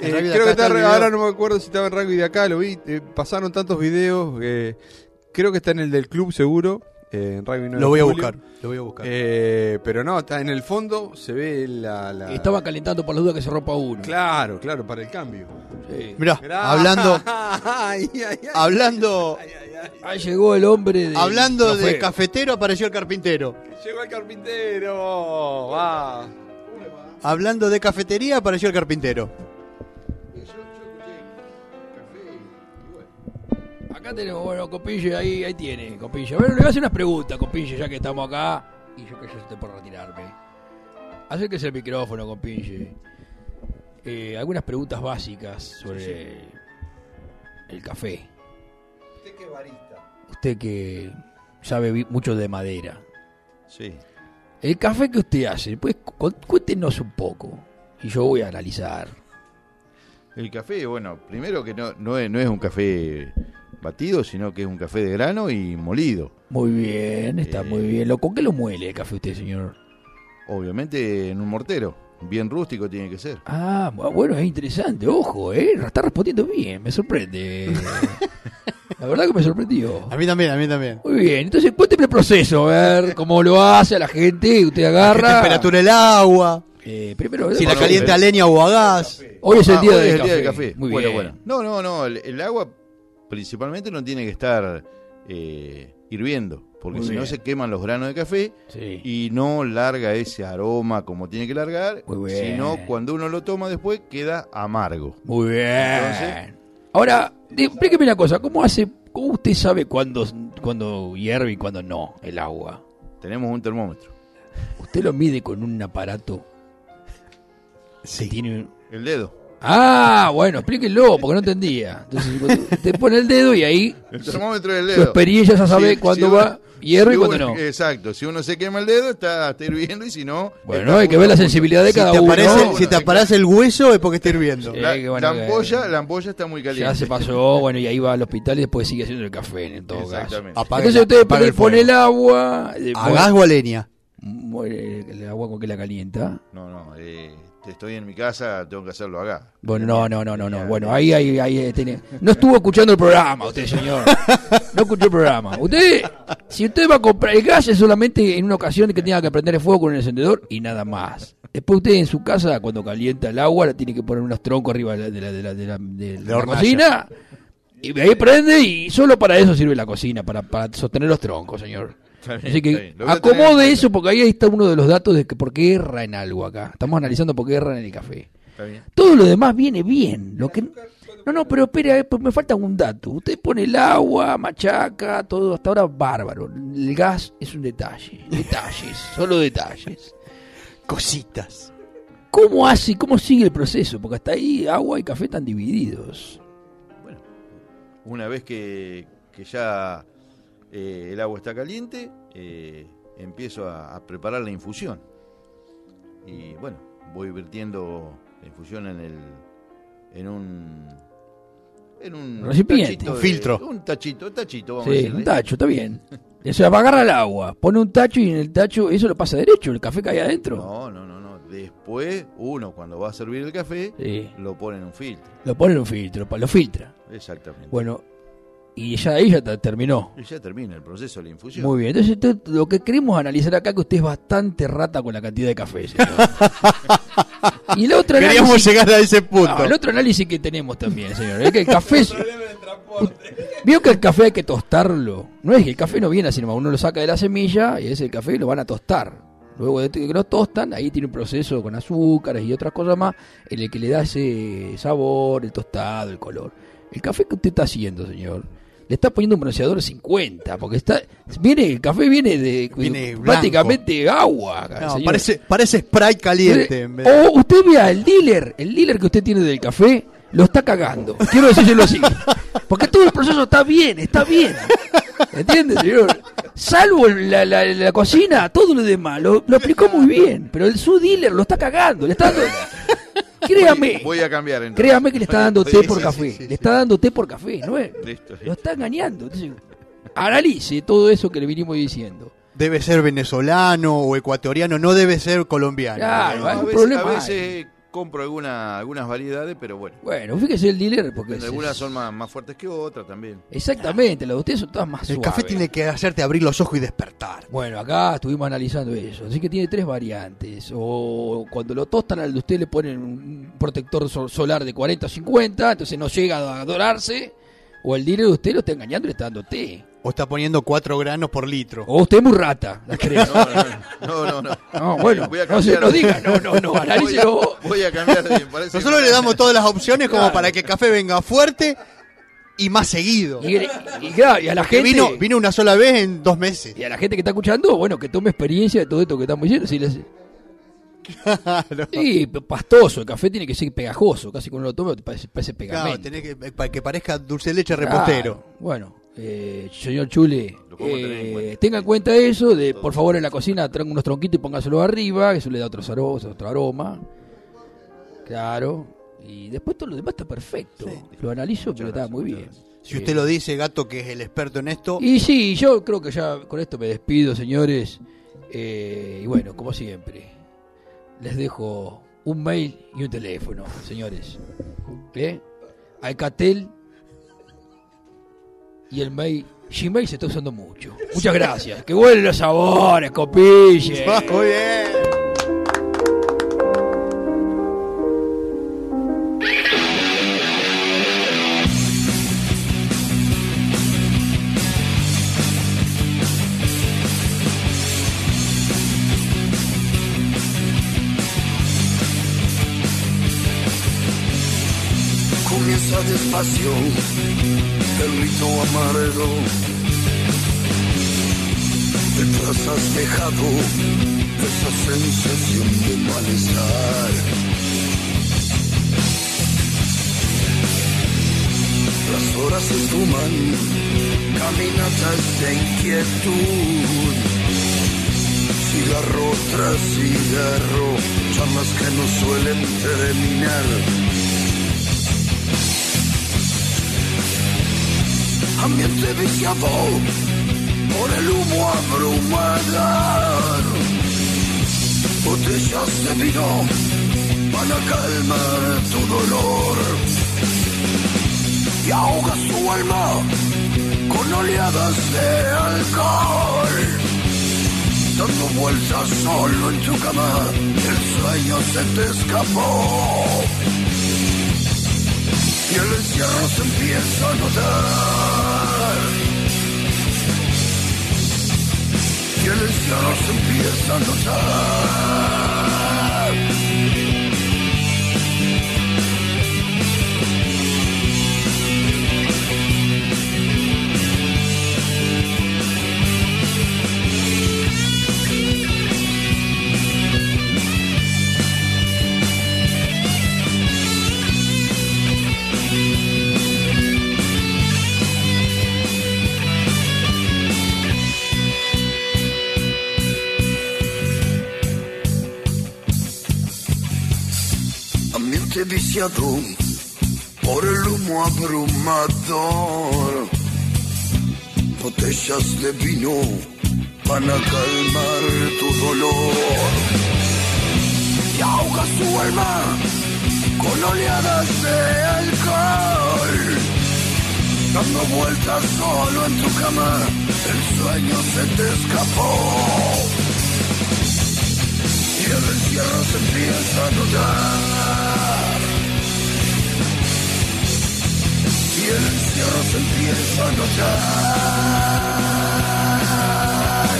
Eh, En rugby de creo acá que está está el re- video. ahora no me acuerdo si estaba en rugby de acá, lo vi. eh, pasaron tantos videos. eh, creo que está en el del club seguro. eh, en rugby 9 Lo voy a de julio. buscar. Lo voy a buscar. Eh, pero no, está en el fondo se ve la. la- Estaba calentando por la duda que se rompa uno. Claro, claro, para el cambio. Sí. Mirá, Mirá. hablando, Ay, ay, ay. hablando, Ahí llegó el hombre de. hablando No de fue. cafetero apareció el carpintero. Llegó el carpintero. Va. Hablando de cafetería apareció el carpintero. Acá tenemos, bueno, Copille, ahí, ahí tiene, Copille. Bueno, le voy a hacer unas preguntas, Copille, ya que estamos acá. Y yo que ya estoy por retirarme. Acérquese el micrófono, Copille. Eh, algunas preguntas básicas sobre el café. Usted que sabe vi- mucho de madera. Sí. El café que usted hace, pues cu- cuéntenos un poco. Y yo voy a analizar. El café, bueno, primero que no, no, es, no es un café batido, sino que es un café de grano y molido. Muy bien, está muy bien. ¿Lo- ¿Con qué lo muele el café usted, señor? Obviamente en un mortero, bien rústico tiene que ser. Ah, bu- bueno, es interesante, ojo, ¿eh? Está respondiendo bien, me sorprende. La verdad que me sorprendió. A mí también, a mí también. Muy bien, entonces cuénteme el proceso, a ver cómo lo hace a la gente, usted ¿Qué agarra. Este, temperatura el agua? Eh, primero, Si la no, calienta a el- leña o a gas. hoy es el Ah, día, hoy del, es el café. día del café. Muy bueno, bien. bueno. No, no, no, el, el agua principalmente no tiene que estar eh, hirviendo, porque Muy si no bien. se queman los granos de café Sí. y no larga ese aroma como tiene que largar, Muy bien. sino cuando uno lo toma después queda amargo. Muy bien. Entonces- Ahora, de- explíqueme una cosa, ¿cómo hace, cómo usted sabe cuándo, cuándo hierve y cuándo no el agua? Tenemos un termómetro. Usted lo mide con un aparato. Sí. Tiene un- El dedo. Ah, bueno, explíquenlo, porque no entendía. Entonces, cuando te pone el dedo y ahí El termómetro del su dedo. experiencia ya sabe Si- cuándo si va uno- hierro si y cuándo uno- no. Exacto, si uno se quema el dedo está, está hirviendo y si no... Bueno, eh, está hay que ver la junto- sensibilidad de Si cada te, uno. aparece, Bueno, si te hay que- aparece el hueso es porque está hirviendo. Sí. La, Eh, que bueno, la ampolla, que- la ampolla está muy caliente. ya se pasó, bueno, y ahí va al hospital y después sigue haciendo el café en todo caso. Exactamente. Apaga Entonces la- usted apaga pone, el fuego. pone el agua, eh, ¿A gas o a leña? mu- eh, el agua con que la calienta. No, no, eh, estoy en mi casa, tengo que hacerlo acá. Bueno, no, no, no, no, no. Bueno, ahí, ahí, ahí eh, tiene. No estuvo escuchando el programa, usted, señor. No escuchó el programa. Usted, si usted va a comprar el gas es solamente en una ocasión que tenga que prender el fuego con el encendedor y nada más. Después usted en su casa, cuando calienta el agua, le tiene que poner unos troncos arriba de la, de la, de la, de la- de la hornalla. cocina. Y ahí prende y solo para eso sirve la cocina, para, para sostener los troncos, señor. Está bien, Así está que bien. Lo voy a tener en acomode cuenta. eso porque ahí está uno de los datos de que por qué erra en algo acá. Estamos analizando por qué erra en el café. Está bien. Todo lo demás viene bien. Lo que no, no, pero espera, eh, pues me falta un dato. Usted pone el agua, machaca, todo hasta ahora bárbaro. El gas es un detalle, detalles, solo detalles. Cositas. ¿Cómo hace, cómo sigue el proceso? Porque hasta ahí agua y café están divididos. Una vez que, que ya eh, el agua está caliente, eh, empiezo a, a preparar la infusión. Y bueno, voy vertiendo la infusión en el. en un. En un Recipiente. tachito Un filtro. Un tachito, un Oh, tachito, vamos a Sí, decirle. un tacho, está bien. O sea, va a agarrar el agua, pone un tacho y en el tacho eso lo pasa derecho, el café cae adentro. No, no, no, no. Después, uno cuando va a servir el café, Sí, lo pone en un filtro. lo pone en un filtro, pa- lo filtra. Exactamente. Bueno, y ya ahí ya ta- terminó. Y ya termina el proceso de la infusión. Muy bien, entonces te- lo que queremos analizar acá es que usted es bastante rata con la cantidad de café. señor. y el otro Queríamos análisis, llegar a ese punto. Ah, el otro análisis que tenemos también, señor, es que el café... es- Vio que el café hay que tostarlo. No es que el café no viene así nomás, uno lo saca de la semilla y es el café y lo van a tostar. Luego de que lo tostan, ahí tiene un proceso con azúcares y otras cosas más en el que le da ese sabor, el tostado, el color. El café que usted está haciendo, señor, le está poniendo un bronceador 50, porque está viene el café viene de Viene blanco. prácticamente agua. No, Ah, señor. parece, parece Sprite caliente. en vez de- O usted vea el dealer, el dealer que usted tiene del café, lo está cagando. Quiero decírselo así. Porque todo el proceso está bien, está bien. ¿Entiende, señor? Salvo la, la- la cocina, todo lo demás, lo, lo explicó muy bien. Pero el su dealer lo está cagando, le está dando- Créame. Voy, voy a cambiar entonces. Créame que le está dando té Sí, por sí, café. sí, sí, le está dando té por café, ¿no es? Listo, listo. Lo está engañando. Entonces, analice todo eso que le vinimos diciendo. Debe ser venezolano o ecuatoriano, no debe ser colombiano. Claro, hay a un veces, problema. a veces compro alguna, algunas variedades, pero bueno. Bueno, fíjese el dealer, porque es- algunas son más, más fuertes que otras también. exactamente, las de ustedes son todas más El suaves. café tiene que hacerte abrir los ojos y despertar. Bueno, acá estuvimos analizando eso. Así que tiene tres variantes. O cuando lo tostan al de usted le ponen un protector so- solar de 40 o 50, entonces no llega a dorarse. O el dealer de usted lo está engañando y le está dando té. O está poniendo cuatro granos por litro. O usted es muy rata, las tres. No, no, no. no, no. No, bueno, Voy a no se cambiar. nos diga. No, no, no, Voy analícelo vos. a, voy a cambiar. me parece Nosotros que- le damos todas las opciones como para que el café venga fuerte y más seguido. Y, y claro, y a la Que gente... vino, vino una sola vez en dos meses. Y a la gente que está escuchando, bueno, que tome experiencia de todo esto que estamos diciendo. Si les- Claro. Sí, p- pastoso, el café tiene que ser pegajoso, casi cuando lo toma te parece, parece Claro, pegamento. tenés que, eh, para que parezca dulce de leche Claro. repostero. Bueno, eh, señor Chule, Lo podemos tener en eh, cuenta. tenga en cuenta eso, de por favor en la cocina traigan unos tronquitos y póngaselo arriba, que eso le da otro, saro- otro aroma. Claro. Y después todo lo demás está perfecto. Lo analizo, pero está muy bien. Si usted lo dice, gato, que es el experto en esto, Y sí, yo creo que ya con esto me despido, señores. Eh, y bueno, como siempre, les dejo un mail y un teléfono, señores. ¿Eh? Alcatel y el mail. Gmail se está usando mucho. Muchas gracias. Que vuelven los sabores, copille. Muy bien. Comienza despacio el rito amargo. Detrás has dejado esa sensación de malestar. Las horas se esfuman, caminatas de inquietud. Cigarro tras cigarro, llamas que no suelen terminar. ambiente viciado por el humo abrumador. Botellas de vino van a calmar tu dolor y ahogas tu alma con oleadas de alcohol. Dando vueltas solo en tu cama, el sueño se te escapó y el encierro se empieza a notar. Y el encierro se empieza a notar. ambiente viciado por el humo abrumador. Botellas de vino van a calmar tu dolor. Y ahogas tu alma con oleadas de alcohol. Dando vueltas solo en tu cama, el sueño se te escapó. Y el encierro se empieza a notar. Y el encierro se empieza a notar.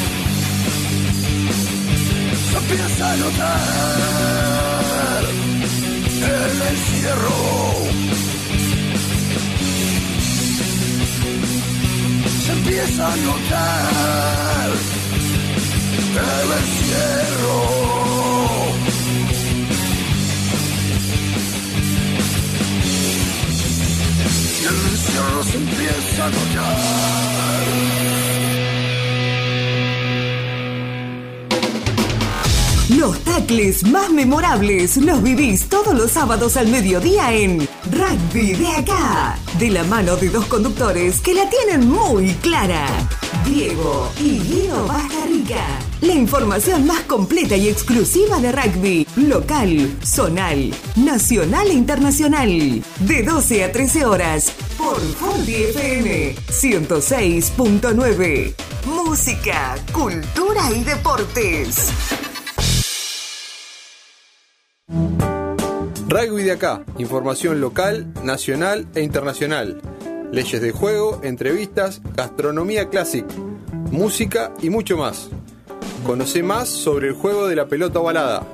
Se empieza a notar. El encierro. Se empieza a notar. El encierro. Y el encierro se empieza a notar. Los tackles más memorables los vivís todos los sábados al mediodía en Rugby de Acá, de la mano de dos conductores que la tienen muy clara. Diego y Guido Rica. La información más completa y exclusiva de rugby, local, zonal, nacional e internacional. De 12 a 13 horas, por Forti FM 106.9. Música, cultura y deportes. Rugby de acá, información local, nacional e internacional. Leyes de juego, entrevistas, gastronomía clásica, música y mucho más. Conoce más sobre el juego de la pelota ovalada.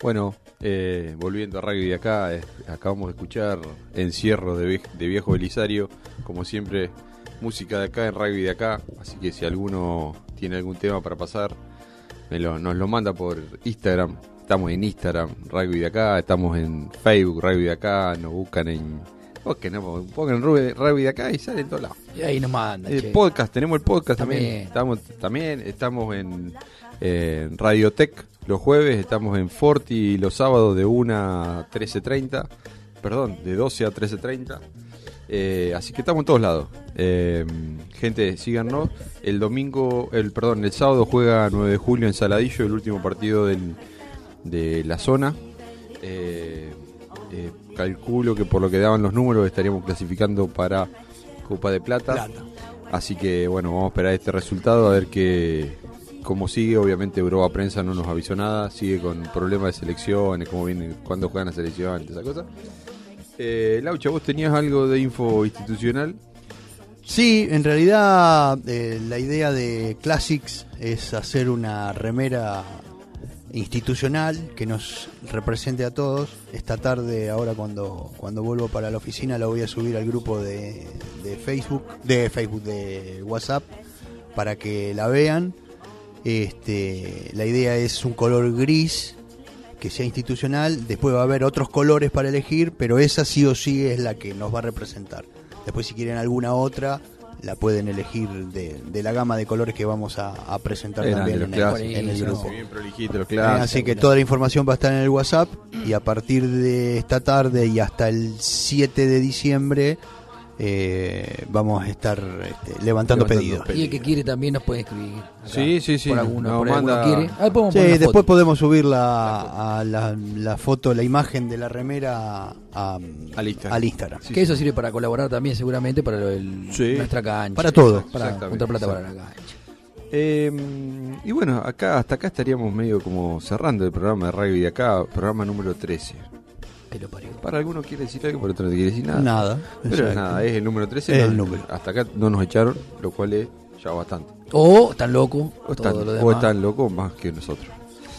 Bueno, eh, volviendo a rugby de acá, eh, acabamos de escuchar Encierro de, Vie- de Viejo Belisario, como siempre, música de acá en rugby de acá, así que si alguno tiene algún tema para pasar, me lo- nos lo manda por Instagram, estamos en Instagram, rugby de acá, estamos en Facebook, rugby de acá, nos buscan en... Busquen, pongan rugby, rugby de acá y salen todos lados. Y ahí nos manda, El che. Eh, podcast, tenemos el podcast también. También. Estamos, también estamos en, en Radiotech los jueves, estamos en Forti los sábados de 1 a 13.30, perdón, de 12 a 13.30. Eh, así que estamos en todos lados. Eh, gente, síganos. El domingo, el perdón, el sábado juega 9 de julio en Saladillo, el último partido del- de la zona. Eh, eh, calculo que por lo que daban los números estaríamos clasificando para Copa de Plata. Así que bueno, vamos a esperar este resultado a ver qué cómo sigue. Obviamente Europa Prensa no nos avisó nada, sigue con problemas de selecciones, cómo viene, cuándo juegan las selecciones, esa cosa. Eh, Laucha, vos tenías algo de info institucional. Sí, en realidad eh, la idea de Classics es hacer una remera institucional que nos represente a todos. Esta tarde, ahora cuando, cuando vuelvo para la oficina, la voy a subir al grupo de, de Facebook, de Facebook, de WhatsApp, para que la vean. Este, la idea es un color gris que sea institucional. Después va a haber otros colores para elegir, pero esa sí o sí es la que nos va a representar. Después, si quieren alguna otra, la pueden elegir de, de la gama de colores que vamos a, a presentar Eran también Eh, de en los el- clásicos. en el grupo. Bien prolijito, los Eh, clásicos. Así que toda la información va a estar en el WhatsApp y a partir de esta tarde y hasta el 7 de diciembre eh, vamos a estar este, levantando, Levantando pedidos. Y el que quiere también nos puede escribir. acá. Sí, sí, sí. Por alguno, Nos por alguno manda- quiere. Ahí podemos Sí, poner una después foto. podemos subir la, a la, la foto, la imagen de la remera a- Al Instagram. al Instagram. que eso sirve para colaborar también seguramente para lo del- Sí. nuestra cancha. Para todo. Para Exactamente, encontrar plata para la cancha. Eh, y bueno, acá hasta acá estaríamos medio como cerrando el programa de rugby de acá, programa número 13. Que lo parió. Para algunos quiere decir algo, para otros no quiere decir nada. Nada. Pero exacto. nada, es el número 13. Es el no- número. Hasta acá no nos echaron, lo cual es ya bastante. O están locos. O están, todo lo o demás. están locos más que nosotros.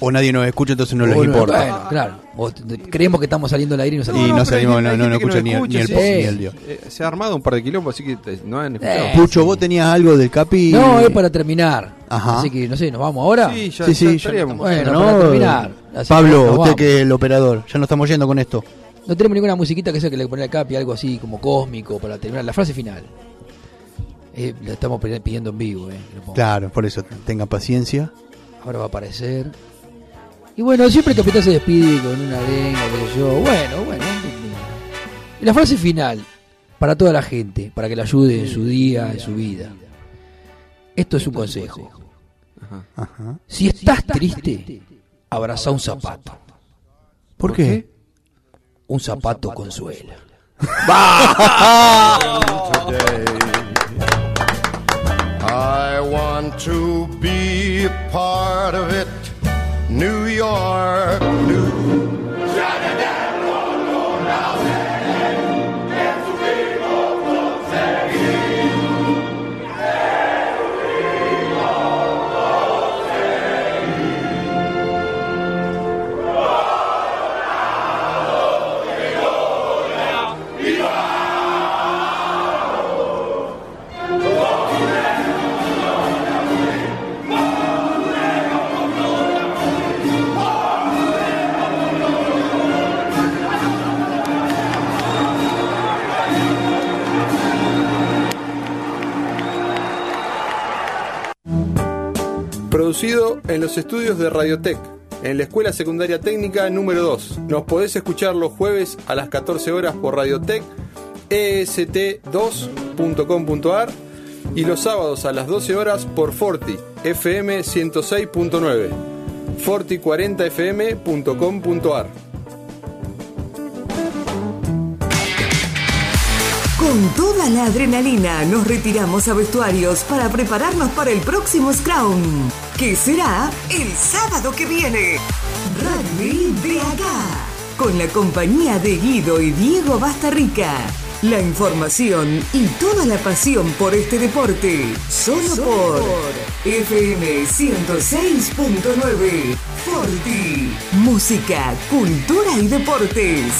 O nadie nos escucha, entonces no les Bueno, importa. bueno, claro. O t- t- creemos que estamos saliendo al aire y no Y salimos. no pero salimos, hay gente- no- hay no- no gente que escucha ni el- ni el escucha, post, sí. ni el dios. Eh, se ha armado un par de quilombos, así que te- no han escuchado. Eh, Pucho, vos tenías algo del Capi. No, es para terminar. Ajá. Así que no sé, ¿nos vamos ahora? Sí, ya, Sí, sí, ya ya estaríamos. estamos. Bueno, ¿no? para terminar. Así que Pablo, nos usted vamos. que es el operador, ya no estamos yendo con esto. No tenemos ninguna musiquita que sea que le pone al Capi, algo así como cósmico para terminar. La frase final. Eh, la estamos pe- pidiendo en vivo, eh, que lo ponga. Claro, por eso tengan paciencia. Ahora va a aparecer. Y bueno, siempre el capitán se despide con una arenga, qué sé yo. Bueno, bueno. Y la frase final, para toda la gente, para que la ayude en su día, en su vida. Esto es un consejo. Ajá. Si estás triste, abraza un zapato. ¿Por, qué? Un zapato consuela. I want to be a part of it. New York, New producido en los estudios de Radiotech, en la Escuela Secundaria Técnica número 2. Nos podés escuchar los jueves a las 14 horas por Radiotech, E est2.com.ar y los sábados a las 12 horas por Forti, FM 106.9, forti40fm.com.ar. Con toda la adrenalina nos retiramos a vestuarios para prepararnos para el próximo Scrum, que será el sábado que viene. Rugby de acá, con la compañía de Guido y Diego Bastarrica. La información y toda la pasión por este deporte, solo por FM 106.9, Forti. Música, cultura y deportes.